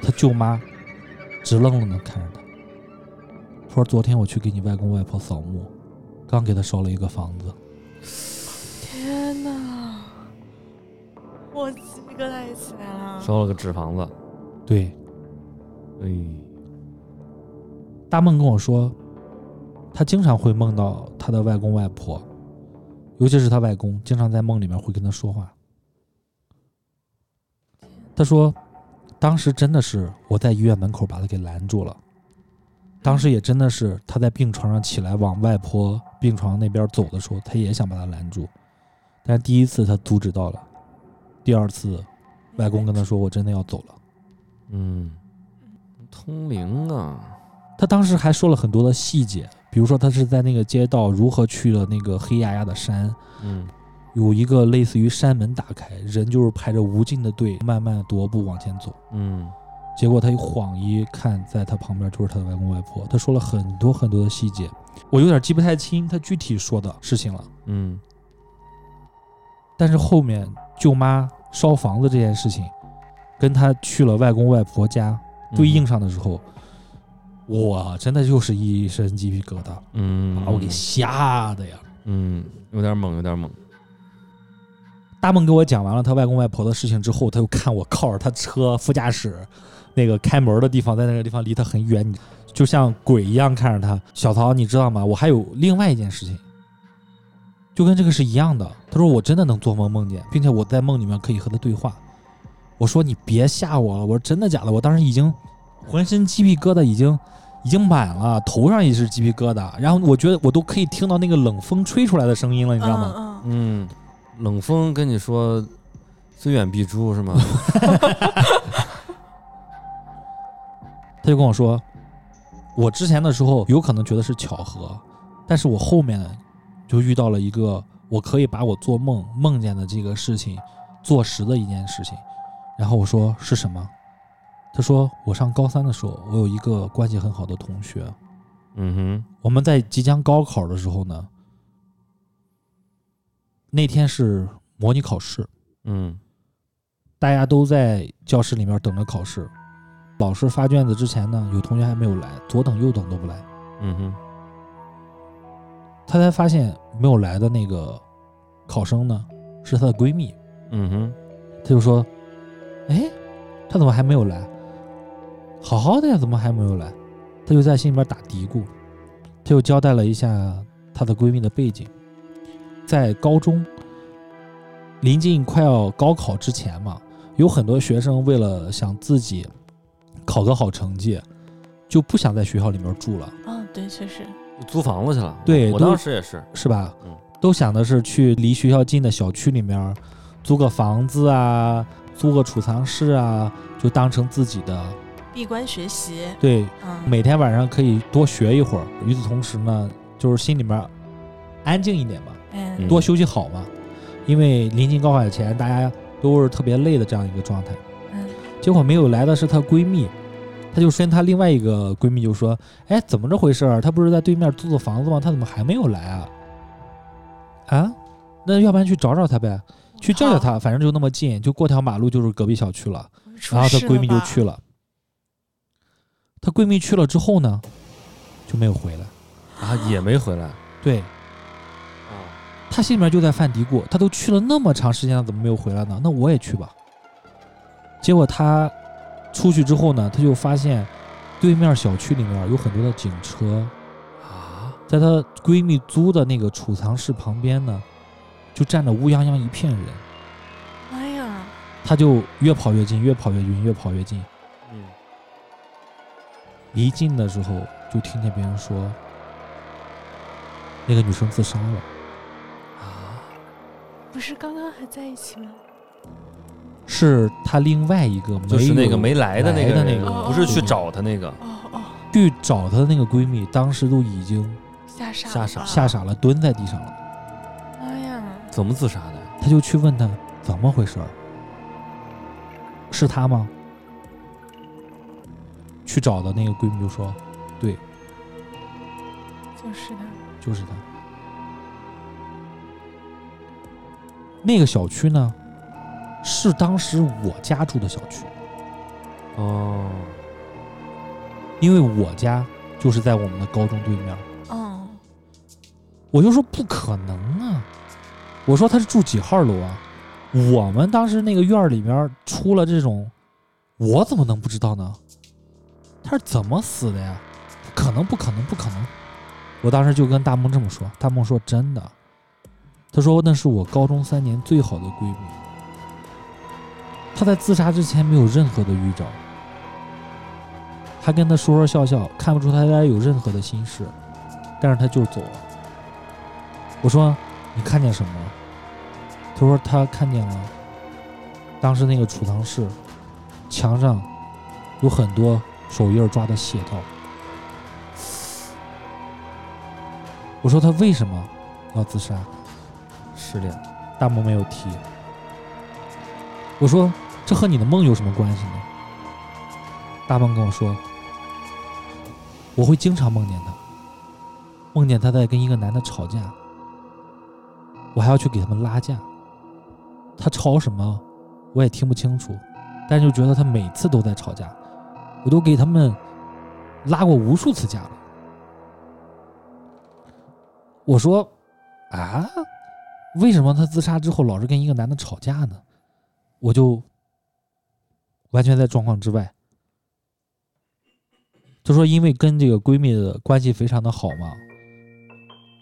D: 他舅妈直愣愣的看着他，说：“昨天我去给你外公外婆扫墓，刚给他烧了一个房子。
E: 天哪，我鸡皮疙瘩也起来了。
A: 烧了个纸房子，”
D: 对，
A: 哎，
D: 大梦跟我说，他经常会梦到他的外公外婆，尤其是他外公，经常在梦里面会跟他说话。他说，当时真的是我在医院门口把他给拦住了，当时也真的是他在病床上起来往外婆病床那边走的时候，他也想把他拦住，但是第一次他阻止到了，第二次外公跟他说我真的要走了。
A: 嗯，通灵啊，
D: 他当时还说了很多的细节，比如说他是在那个街道如何去了那个黑压压的山，
A: 嗯，
D: 有一个类似于山门打开，人就是排着无尽的队，慢慢踱步往前走。
A: 嗯，
D: 结果他一晃一看，在他旁边就是他的外公外婆。他说了很多很多的细节，我有点记不太清他具体说的事情了。
A: 嗯，
D: 但是后面舅妈烧房子这件事情，跟他去了外公外婆家对应上的时候，我真的就是一身鸡皮疙瘩。
A: 嗯，
D: 把我给吓的呀！
A: 嗯，有点猛，有点猛，
D: 大梦给我讲完了他外公外婆的事情之后，他又看我靠着他车副驾驶那个开门的地方，在那个地方离他很远，你就像鬼一样看着他。小曹，你知道吗？我还有另外一件事情，就跟这个是一样的。他说我真的能做梦梦见，并且我在梦里面可以和他对话。我说你别吓我了，我说真的假的？我当时已经浑身鸡皮疙瘩已经已经满了，头上也是鸡皮疙瘩，然后我觉得我都可以听到那个冷风吹出来的声音了，你知道吗？
E: 嗯嗯，
A: 嗯，冷风跟你说虽远必诛是吗？
D: 他就跟我说，我之前的时候有可能觉得是巧合，但是我后面就遇到了一个我可以把我做梦梦见的这个事情做实的一件事情。然后我说是什么？他说我上高三的时候，我有一个关系很好的同学，
A: 嗯
D: 我们在即将高考的时候呢，那天是模拟考试，
A: 哼，嗯
D: 大家都在教室里面等着考试。老师发卷子之前呢，有同学还没有来，左等右等都不来。
A: 嗯哼，
D: 她才发现没有来的那个考生呢是她的闺蜜，
A: 嗯哼，
D: 她就说：“哎，她怎么还没有来？好好的呀，怎么还没有来？”她就在心里边打嘀咕，她又交代了一下她的闺蜜的背景，在高中临近快要高考之前嘛，有很多学生为了想自己考个好成绩，就不想在学校里面住了。
E: 哦，对，确实，
A: 租房子去了，
D: 对
A: 我
D: 都
A: 当时也是，
D: 是吧？
A: 嗯
D: 都想的是去离学校近的小区里面儿租个房子啊，租个储藏室啊，就当成自己的。
E: 闭关学习，
D: 对，
E: 嗯，
D: 每天晚上可以多学一会儿。与此同时呢，就是心里面儿安静一点嘛，
E: 哎
A: 嗯
D: 多休息好嘛，因为临近高考前，大家都是特别累的这样一个状态。
E: 嗯
D: 结果没有来的是她闺蜜，她就跟她另外一个闺蜜就说：“哎，怎么这回事儿？她不是在对面租的房子吗？她怎么还没有来啊？啊，那要不然去找找她呗，去叫叫她，反正就那么近，就过条马路就是隔壁小区了。”然后她闺蜜就去了。她闺蜜去了之后呢，就没有回来。
A: 啊，也没回来
D: 对
A: 啊，
D: 她心里面就在犯嘀咕：她都去了那么长时间了，怎么没有回来呢？那我也去吧。结果她出去之后呢，她就发现对面小区里面有很多的警车，
A: 啊，
D: 在她闺蜜租的那个储藏室旁边呢，就站着乌泱泱一片人。
E: 哎呀，
D: 她就越跑越近，越跑越近，越跑越近。
A: 嗯，
D: 离近的时候，就听见别人说，那个女生自杀了。
A: 啊，
E: 不是刚刚还在一起吗？
D: 是她另外一个没
A: 就是那
D: 有
A: 个没来的那
D: 来
A: 个
D: 的那
A: 人
D: 个
A: 不是去
D: 对
A: 找他那个，
E: 哦哦，
D: 去找她的那个闺蜜，当时都已经
E: 吓傻
A: 吓
E: 了
A: 傻
E: 吧哎
D: 吓傻了，蹲在地上了。
A: 怎么自杀的呀？
D: 他就去问他怎么回事儿，是他吗？去找的那个闺蜜就说，
E: 就是他，
D: 就是他。那个小区呢，是当时我家住的小区，
A: 哦，
D: 因为我家就是在我们的高中对面。
E: 哦，
D: 我就说不可能啊！我说他是住几号楼啊？我们当时那个院儿里面出了这种，我怎么能不知道呢？他是怎么死的呀？不可能，不可能，不可能！我当时就跟大梦这么说，大梦说真的，他说那是我高中三年最好的闺蜜，她在自杀之前没有任何的预兆，她跟他说说笑笑，看不出他家有任何的心事，但是他就走了。我说你看见什么了？他说他看见了，当时那个储藏室墙上有很多手印儿抓的血道。我说他为什么要自杀？失恋。大梦没有提。我说这和你的梦有什么关系呢？大梦跟我说，我会经常梦见他，梦见他在跟一个男的吵架。我还要去给他们拉架。他吵什么，我也听不清楚，但就觉得他每次都在吵架，我都给他们拉过无数次架了。我说啊，为什么他自杀之后老是跟一个男的吵架呢？我就完全在状况之外。她说，因为跟这个闺蜜的关系非常的好嘛，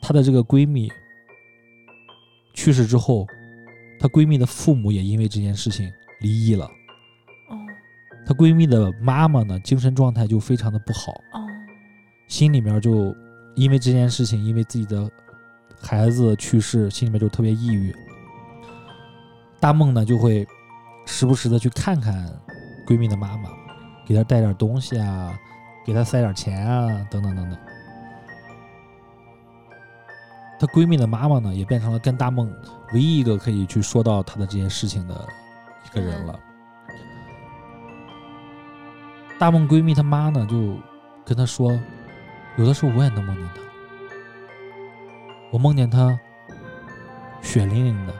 D: 她的这个闺蜜去世之后，她闺蜜的父母也因为这件事情离异了。
E: 哦，
D: 她闺蜜的妈妈呢，精神状态就非常的不好，
E: 哦，
D: 心里面就因为这件事情，因为自己的孩子去世，心里面就特别抑郁。大梦呢就会时不时的去看看闺蜜的妈妈，给她带点东西啊，给她塞点钱啊，等等等等。她闺蜜的妈妈呢，也变成了跟大梦唯一一个可以去说到她的这件事情的一个人了。大梦闺蜜她妈呢，就跟她说，有的时候我也能梦见她，我梦见她血淋淋的，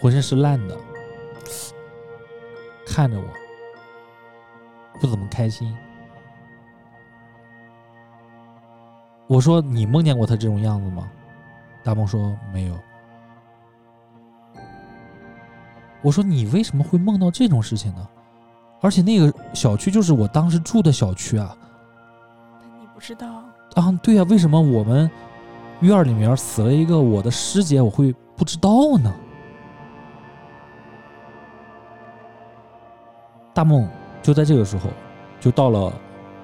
D: 浑身是烂的，看着我不怎么开心。我说：“你梦见过她这种样子吗？”大梦说：“没有。”我说：“你为什么会梦到这种事情呢？而且那个小区就是我当时住的小区啊。”
E: 但你不知道，
D: 啊，对呀、为什么我们院儿里面死了一个我的师姐，我会不知道呢？大梦就在这个时候就到了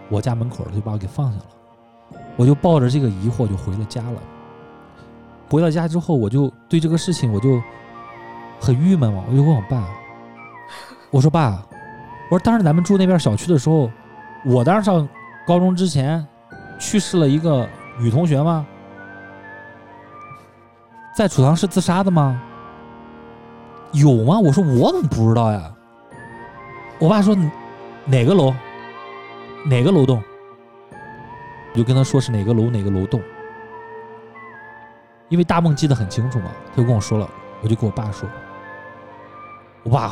D: 我家门口了，就把我给放下了。我就抱着这个疑惑就回了家了。回到家之后，我就对这个事情我就很郁闷嘛，我就问我爸，我说爸，我说当时咱们住那边小区的时候，我当时上高中之前，去世了一个女同学吗？在储藏室自杀的吗？有吗？我说我怎么不知道呀？我爸说你哪个楼，哪个楼栋，我就跟他说是哪个楼哪个楼栋，因为大梦记得很清楚嘛，他就跟我说了，我就跟我爸说，我爸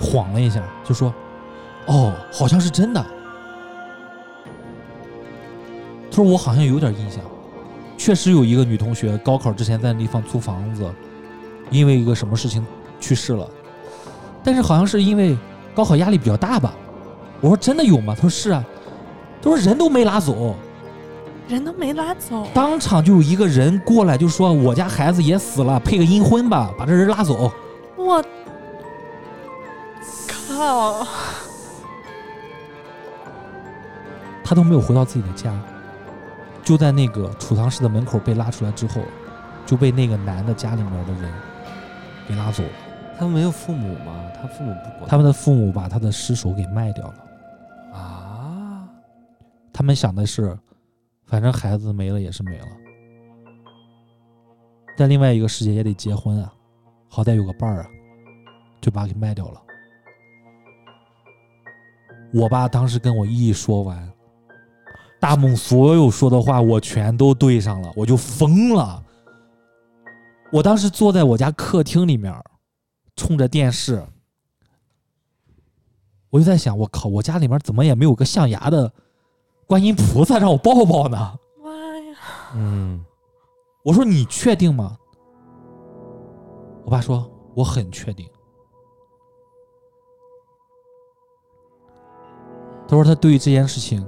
D: 晃了一下，就说：“哦，好像是真的。”他说我好像有点印象，确实有一个女同学高考之前在那地方租房子，因为一个什么事情去世了，但是好像是因为高考压力比较大吧。我说真的有吗？他说是啊，他说人都没拉走，
E: 人都没拉走，
D: 当场就有一个人过来就说我家孩子也死了，配个阴婚吧，把这人拉走。
E: 我靠，
D: 他都没有回到自己的家，就在那个储藏室的门口被拉出来之后，就被那个男的家里面的人给拉走了。
A: 他没有父母吗？他父母不管
D: 他们的父母把他的尸首给卖掉了。
A: 啊？
D: 他们想的是，反正孩子没了也是没了，在另外一个世界也得结婚啊，好歹有个伴儿啊，就把它给卖掉了。我爸当时跟我一一说完，大梦所有说的话我全都对上了，我就疯了。我当时坐在我家客厅里面，冲着电视，我就在想，我靠，我家里面怎么也没有个象牙的观音菩萨让我抱抱呢？
E: 妈呀！
A: 嗯，
D: 我说你确定吗？我爸说我很确定。他说他对于这件事情，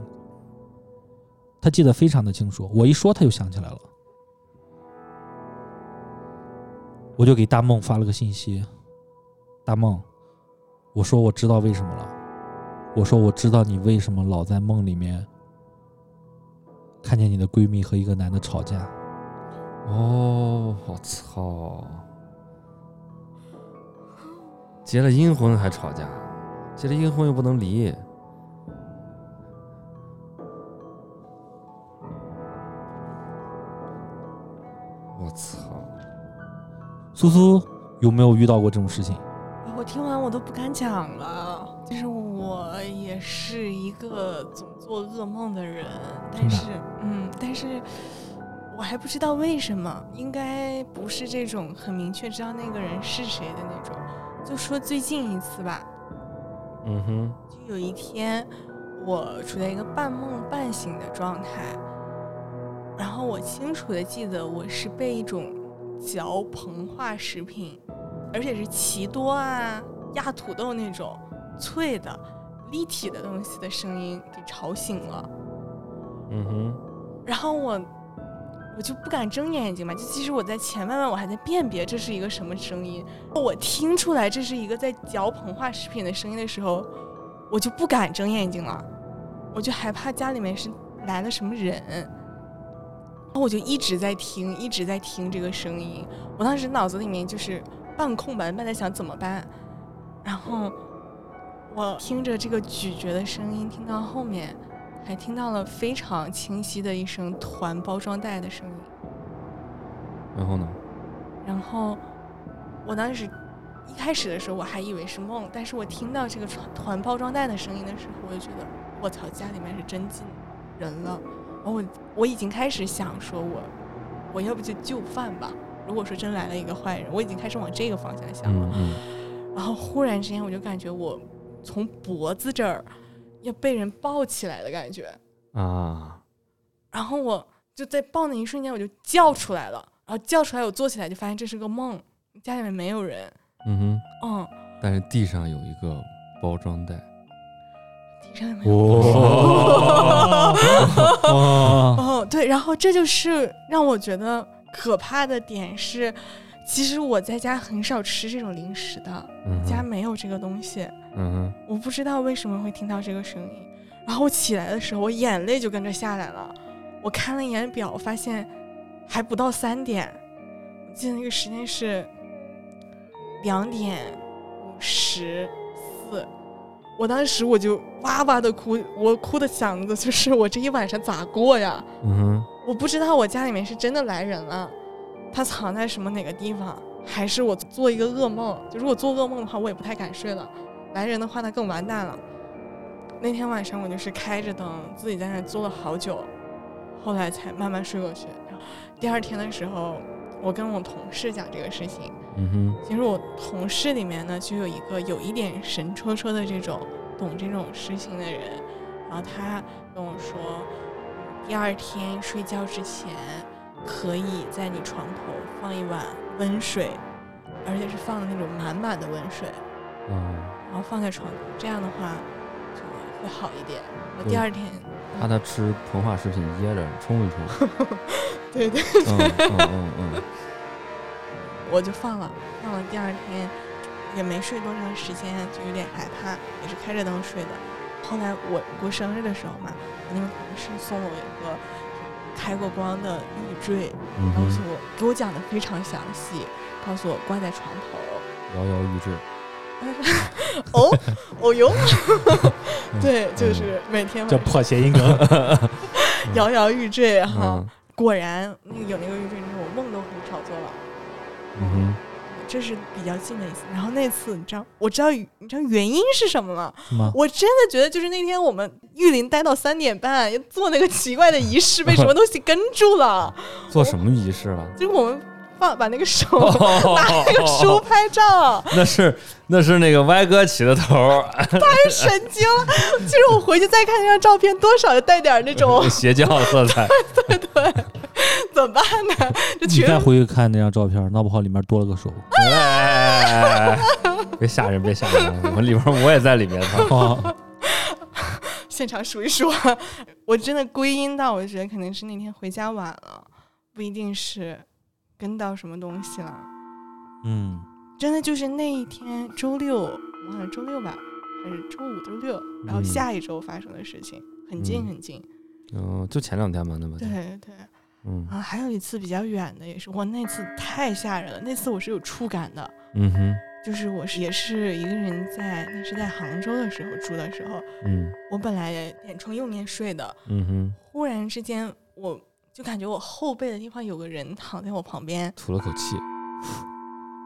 D: 他记得非常的清楚。我一说他就想起来了，我就给大梦发了个信息，大梦，我说我知道为什么了，我说我知道你为什么老在梦里面看见你的闺蜜和一个男的吵架。
A: 哦，我操，结了阴婚还吵架，结了阴婚又不能离，我操，
D: 苏苏有没有遇到过这种事情？
E: 我听完我都不敢讲了，就是我也是一个总做噩梦的人，但是
D: 真
E: 嗯，但是我还不知道为什么，应该不是这种很明确知道那个人是谁的那种。就说最近一次吧，
A: 嗯哼，
E: 就有一天，我处在一个半梦半醒的状态，然后我清楚的记得我是被一种嚼膨化食品，而且是奇多啊、压土豆那种脆的、立体的东西的声音给吵醒了。
A: 嗯哼，
E: 然后我我就不敢睁眼睛嘛，就其实我在前半段我还在辨别这是一个什么声音，我听出来这是一个在嚼膨化食品的声音的时候，我就不敢睁眼睛了，我就害怕家里面是来了什么人。然后我就一直在听，一直在听这个声音。我当时脑子里面就是半空白，半在想怎么办。然后我听着这个咀嚼的声音，听到后面，还听到了非常清晰的一声团包装袋的声音。
A: 然后呢？
E: 然后我当时一开始的时候我还以为是梦，但是我听到这个团团包装袋的声音的时候，我就觉得我操，家里面是真进人了。然后我我已经开始想说我我要不就就范吧。如果说真来了一个坏人，我已经开始往这个方向想了。
A: 嗯嗯，
E: 然后忽然之间，我就感觉我从脖子这儿要被人抱起来的感觉，
A: 啊，
E: 然后我就在抱那一瞬间，我就叫出来了，然后叫出来，我坐起来就发现这是个梦，家里面没有人，
A: 嗯哼，
E: 嗯，
A: 但是地上有一个包装袋，
E: 地上也没有。
A: 哇，
D: 哦，
E: 哦，对，然后这就是让我觉得可怕的点是，其实我在家很少吃这种零食的，
A: 嗯
E: 家
A: 哼，
E: 没有这个东西，
A: 嗯
E: 我不知道为什么会听到这个声音。然后我起来的时候，我眼泪就跟着下来了。我看了一眼表，发现还不到三点，我记得那个时间是两点五十四。我当时我就哇哇的哭，我哭的想的就是我这一晚上咋过呀？
A: 哼，嗯哼，
E: 我不知道我家里面是真的来人了，他藏在什么哪个地方，还是我做一个噩梦？就如果做噩梦的话，我也不太敢睡了。来人的话，那更完蛋了。那天晚上我就是开着灯，自己在那儿坐了好久，后来才慢慢睡过去。然后第二天的时候，我跟我同事讲这个事情，
A: 嗯哼，
E: 其实我同事里面呢，就有一个有一点神戳戳的这种懂这种事情的人，然后他跟我说，第二天睡觉之前可以在你床头放一碗温水，而且是放的那种满满的温水，
A: 啊，
E: 然后放在床头，这样的话就会好一点。我
A: 对
E: 第二天，
A: 怕他吃膨化食品噎着，冲 一冲。
E: 对对，
A: 嗯嗯嗯嗯
E: 我就放了，放了第二天也没睡多长时间，就有点害怕，也是开着灯睡的。后来我过生日的时候嘛，我那个同事送了我一个开过光的玉坠，
A: 嗯
E: 告诉
A: 哼，
E: 我给我讲的非常详细，告诉我挂在床头。
A: 摇摇欲坠。
E: 哦 哦哟，对，
D: 嗯
E: 就是每天晚上
D: 破谐音 梗，
E: 摇摇欲坠哈。
A: 嗯
E: 嗯果然，那个有那个玉坠之后，我梦都很少做了。
D: 嗯哼，
E: 这是比较近的一次。然后那次你知道，我知道你知道原因是什么了。
D: 是吗？
E: 我真的觉得就是那天我们玉林待到三点半，又做那个奇怪的仪 式，被什么东西跟住了。
A: 做什么仪式了？
E: 就是我们放把那个 手
A: 哦
E: 拿那个书拍照，
A: 那是那是那个歪哥起的头儿，哎
E: 太神经了。其实我回去再看那张照片，多少有带点儿那种
A: 邪教色彩。
E: 怎么办呢？就
D: 你
E: 全
D: 再回去看那张照片，闹不好里面多了个手。
A: 哎，别吓人，别吓人！啊我里边儿我也在里面呢。
D: 哦，
E: 现场数一数，啊我真的归因到，我觉得肯定是那天回家晚了，不一定是跟到什么东西了。
D: 嗯
E: 真的就是那一天周六，我好像周六吧，还是周五、周六，然后
A: 嗯
E: 下一周发生的事情，很近
A: 嗯
E: 很近。
A: 嗯，就前两天嘛，那么就
E: 对对
A: 嗯
E: 啊，还有一次比较远的，也是我那次太吓人了，那次我是有触感的，
A: 嗯哼
E: 就是我是也是一个人在那是在杭州的时候住的时候，
A: 嗯
E: 我本来眼床右面睡的，
A: 嗯哼，
E: 忽然之间我就感觉我后背的地方有个人躺在我旁边，
A: 吐了口气，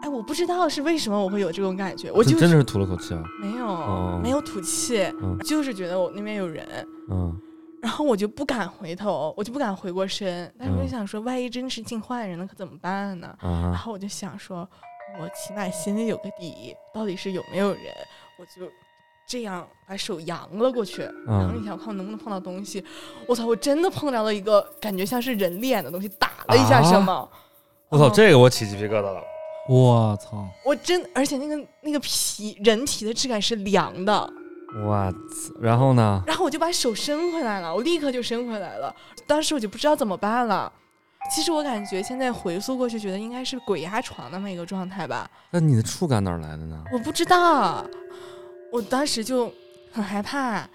E: 哎，我不知道是为什么我会有这种感觉，我
A: 这
E: 就
A: 真
E: 是
A: 的是吐了口气啊！
E: 没有、
A: 哦
E: 没有吐气，
A: 嗯
E: 就是觉得我那边有人，
A: 嗯
E: 然后我就不敢回头，我就不敢回过身，但是我就
A: 嗯
E: 想说，万一真是进坏人了，可怎么办呢？然
A: 啊，
E: 后我就想说，我起码心里有个底，到底是有没有人，我就这样把手扬了过去，然后
A: 嗯
E: 一想，我看我能不能碰到东西。我操，我真的碰着了一个感觉像是人脸的东西，打了一下什 么。
A: 啊我操，
E: 嗯
A: 这个我起鸡皮疙瘩了。
D: 我操！
E: 我真，而且那个那个皮人皮的质感是凉的，
A: 我操！然后呢？
E: 然后我就把手伸回来了，我立刻就伸回来了。当时我就不知道怎么办了。其实我感觉现在回溯过去，觉得应该是鬼压床那么一个状态吧。
A: 那你的触感哪儿来的呢？
E: 我不知道，我当时就很害怕。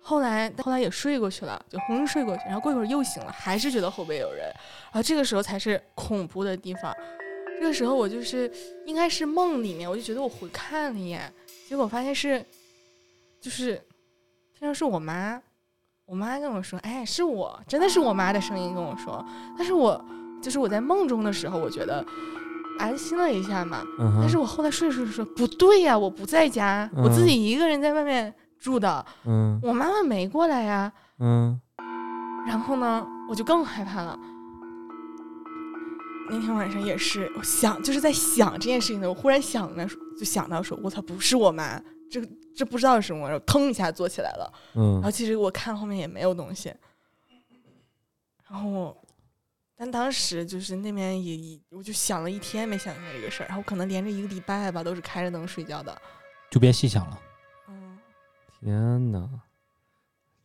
E: 后来，后来也睡过去了，就昏昏睡过去。然后过一会儿又醒了，还是觉得后背有人。然后这个时候才是恐怖的地方。这个时候我就是应该是梦里面，我就觉得我回看了一眼，结果发现是，就是听到是我妈，我妈跟我说：“哎，是我，真的是我妈的声音跟我说。”但是我就是我在梦中的时候，我觉得安心了一下嘛。
A: 嗯
E: 但是
A: 哼，
E: 我后来睡着睡着说不对呀、我不在家，我自己一个人在外面住的，
A: 嗯
E: 我妈妈没过来呀、
A: 嗯
E: 然后呢，我就更害怕了。那天晚上也是，我想就是在想这件事情的时候，我忽然想呢，就想到说，我操，不是我妈，这这不知道是什么，然后腾一下坐起来了。然后
A: 嗯，
E: 其实我看后面也没有东西，然后我，但当时就是那边也也，我就想了一天没想明白这个事儿，然后可能连着一个礼拜吧都是开着灯睡觉的，
D: 就别细想了。
E: 嗯，
A: 天哪，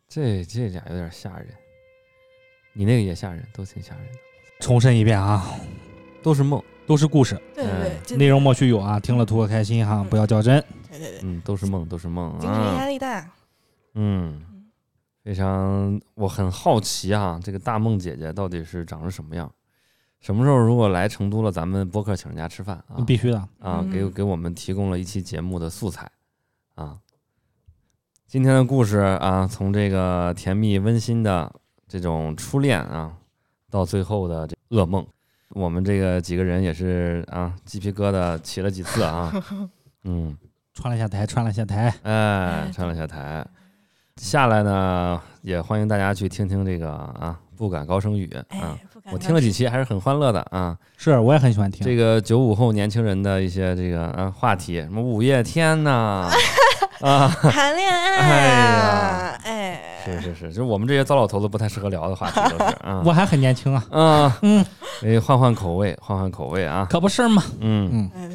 A: 这这俩有点吓人。你那个也吓人，都挺吓人的，
D: 重申一遍啊，
A: 都是梦，
D: 都是故事，
E: 对对对，这
A: 哎
D: 内容莫须有啊，听了图个开心哈，不要较真。
E: 对对对，
A: 嗯，都是梦，都是梦
E: 精神压
A: 啊，
E: 力大，
A: 嗯。
E: 嗯
A: 非常，我很好奇啊，这个大梦姐姐到底是长成什么样？什么时候如果来成都了，咱们播客请人家吃饭啊
D: 必须的，
A: 啊，
E: 嗯
A: 给给我们提供了一期节目的素材啊。今天的故事啊，从这个甜蜜温馨的这种初恋啊，到最后的这噩梦，我们这个几个人也是啊，鸡皮疙瘩起了几次 啊，嗯。
D: 穿了下台，穿了下台。
A: 哎，上了下台。下来呢，也欢迎大家去听听这个啊，不敢高声语啊
E: 哎，，不敢
A: 我
E: 当
A: 听了几
E: 真，
A: 期还是很欢乐的啊。
D: 是我也很喜欢听。。
A: 这个九五后年轻人的一些这个啊话题，什么五月天呐啊，
E: 谈恋爱啊，哎，
A: 是是是，就我们这些糟老头子不太适合聊的话题都是啊
D: 我还很年轻啊，
A: 啊，
D: 嗯，
A: 哎，换换口味，换换口味啊，
D: 可不是嘛。
A: 嗯，
D: 嗯，
E: 对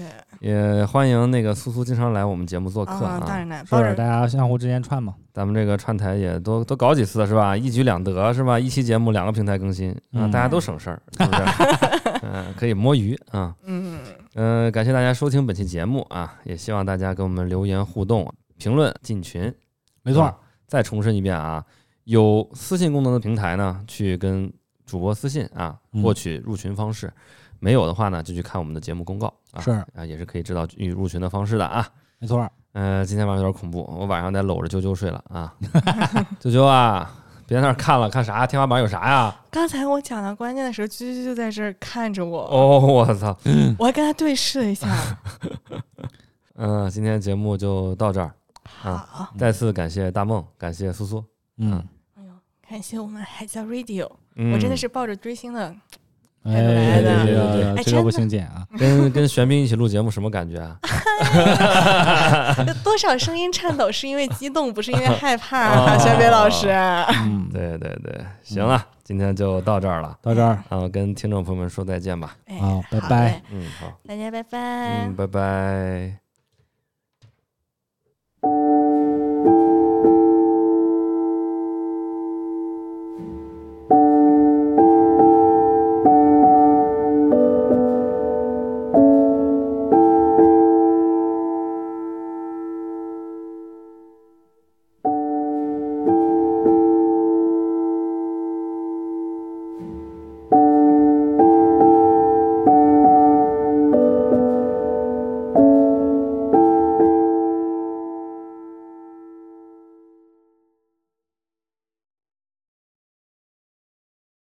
E: 对，
A: 也欢迎那个苏苏经常来我们节目做客
D: 哦
E: 啊，当
A: 啊，
E: 然了，
D: 是
E: 抱
D: 大
E: 着
D: 家相互之间串嘛。
A: 咱们这个串台也多多搞几次是吧？一举两得是吧？一期节目两个平台更新啊，
D: 嗯
A: 大家都省事儿，是不是？ 嗯、可以摸鱼啊。
E: 嗯，
A: 嗯、感谢大家收听本期节目啊，也希望大家跟我们留言互动、评论、进群。
D: 没错
A: 啊，再重申一遍啊，有私信功能的平台呢，去跟主播私信啊，
D: 嗯
A: 获取入群方式。没有的话呢，就去看我们的节目公告啊，
D: 是
A: 啊，也是可以知道入入群的方式的啊。
D: 没错。
A: 呃，今天晚上有点恐怖，我晚上得搂着啾啾睡了啊。啾啾啊，别在那儿看了，看啥？天花板有啥呀？
E: 刚才我讲到关键的时候，居居就在这儿看着我，
A: 哦，我操！
E: 我还跟他对视了一下。
A: 嗯、今天节目就到这儿，
E: 好，
A: 再次感谢大梦，感谢苏苏。
D: 嗯，
E: 哎呦，感谢我们海峡 Radio，
A: 嗯，
E: 我真的是抱着追星的，
D: 哎，
E: 来
A: 了
D: 这
A: 对对
D: 个
E: 对
D: 这
E: 哎
D: 个不行见 啊，
A: 跟跟玄彬一起录节目，什么感觉啊？
E: 多少声音颤抖是因为激动，不是因为害怕。玄北老师，啊
D: 嗯，
A: 对对对，行了，今天就到这儿了，
D: 到这儿
A: 然后跟听众朋友们说再见吧。
E: 哎
D: 好拜
E: 好
D: 拜
E: 嘞
A: 嗯，好，
E: 大家拜拜。
A: 嗯，拜拜。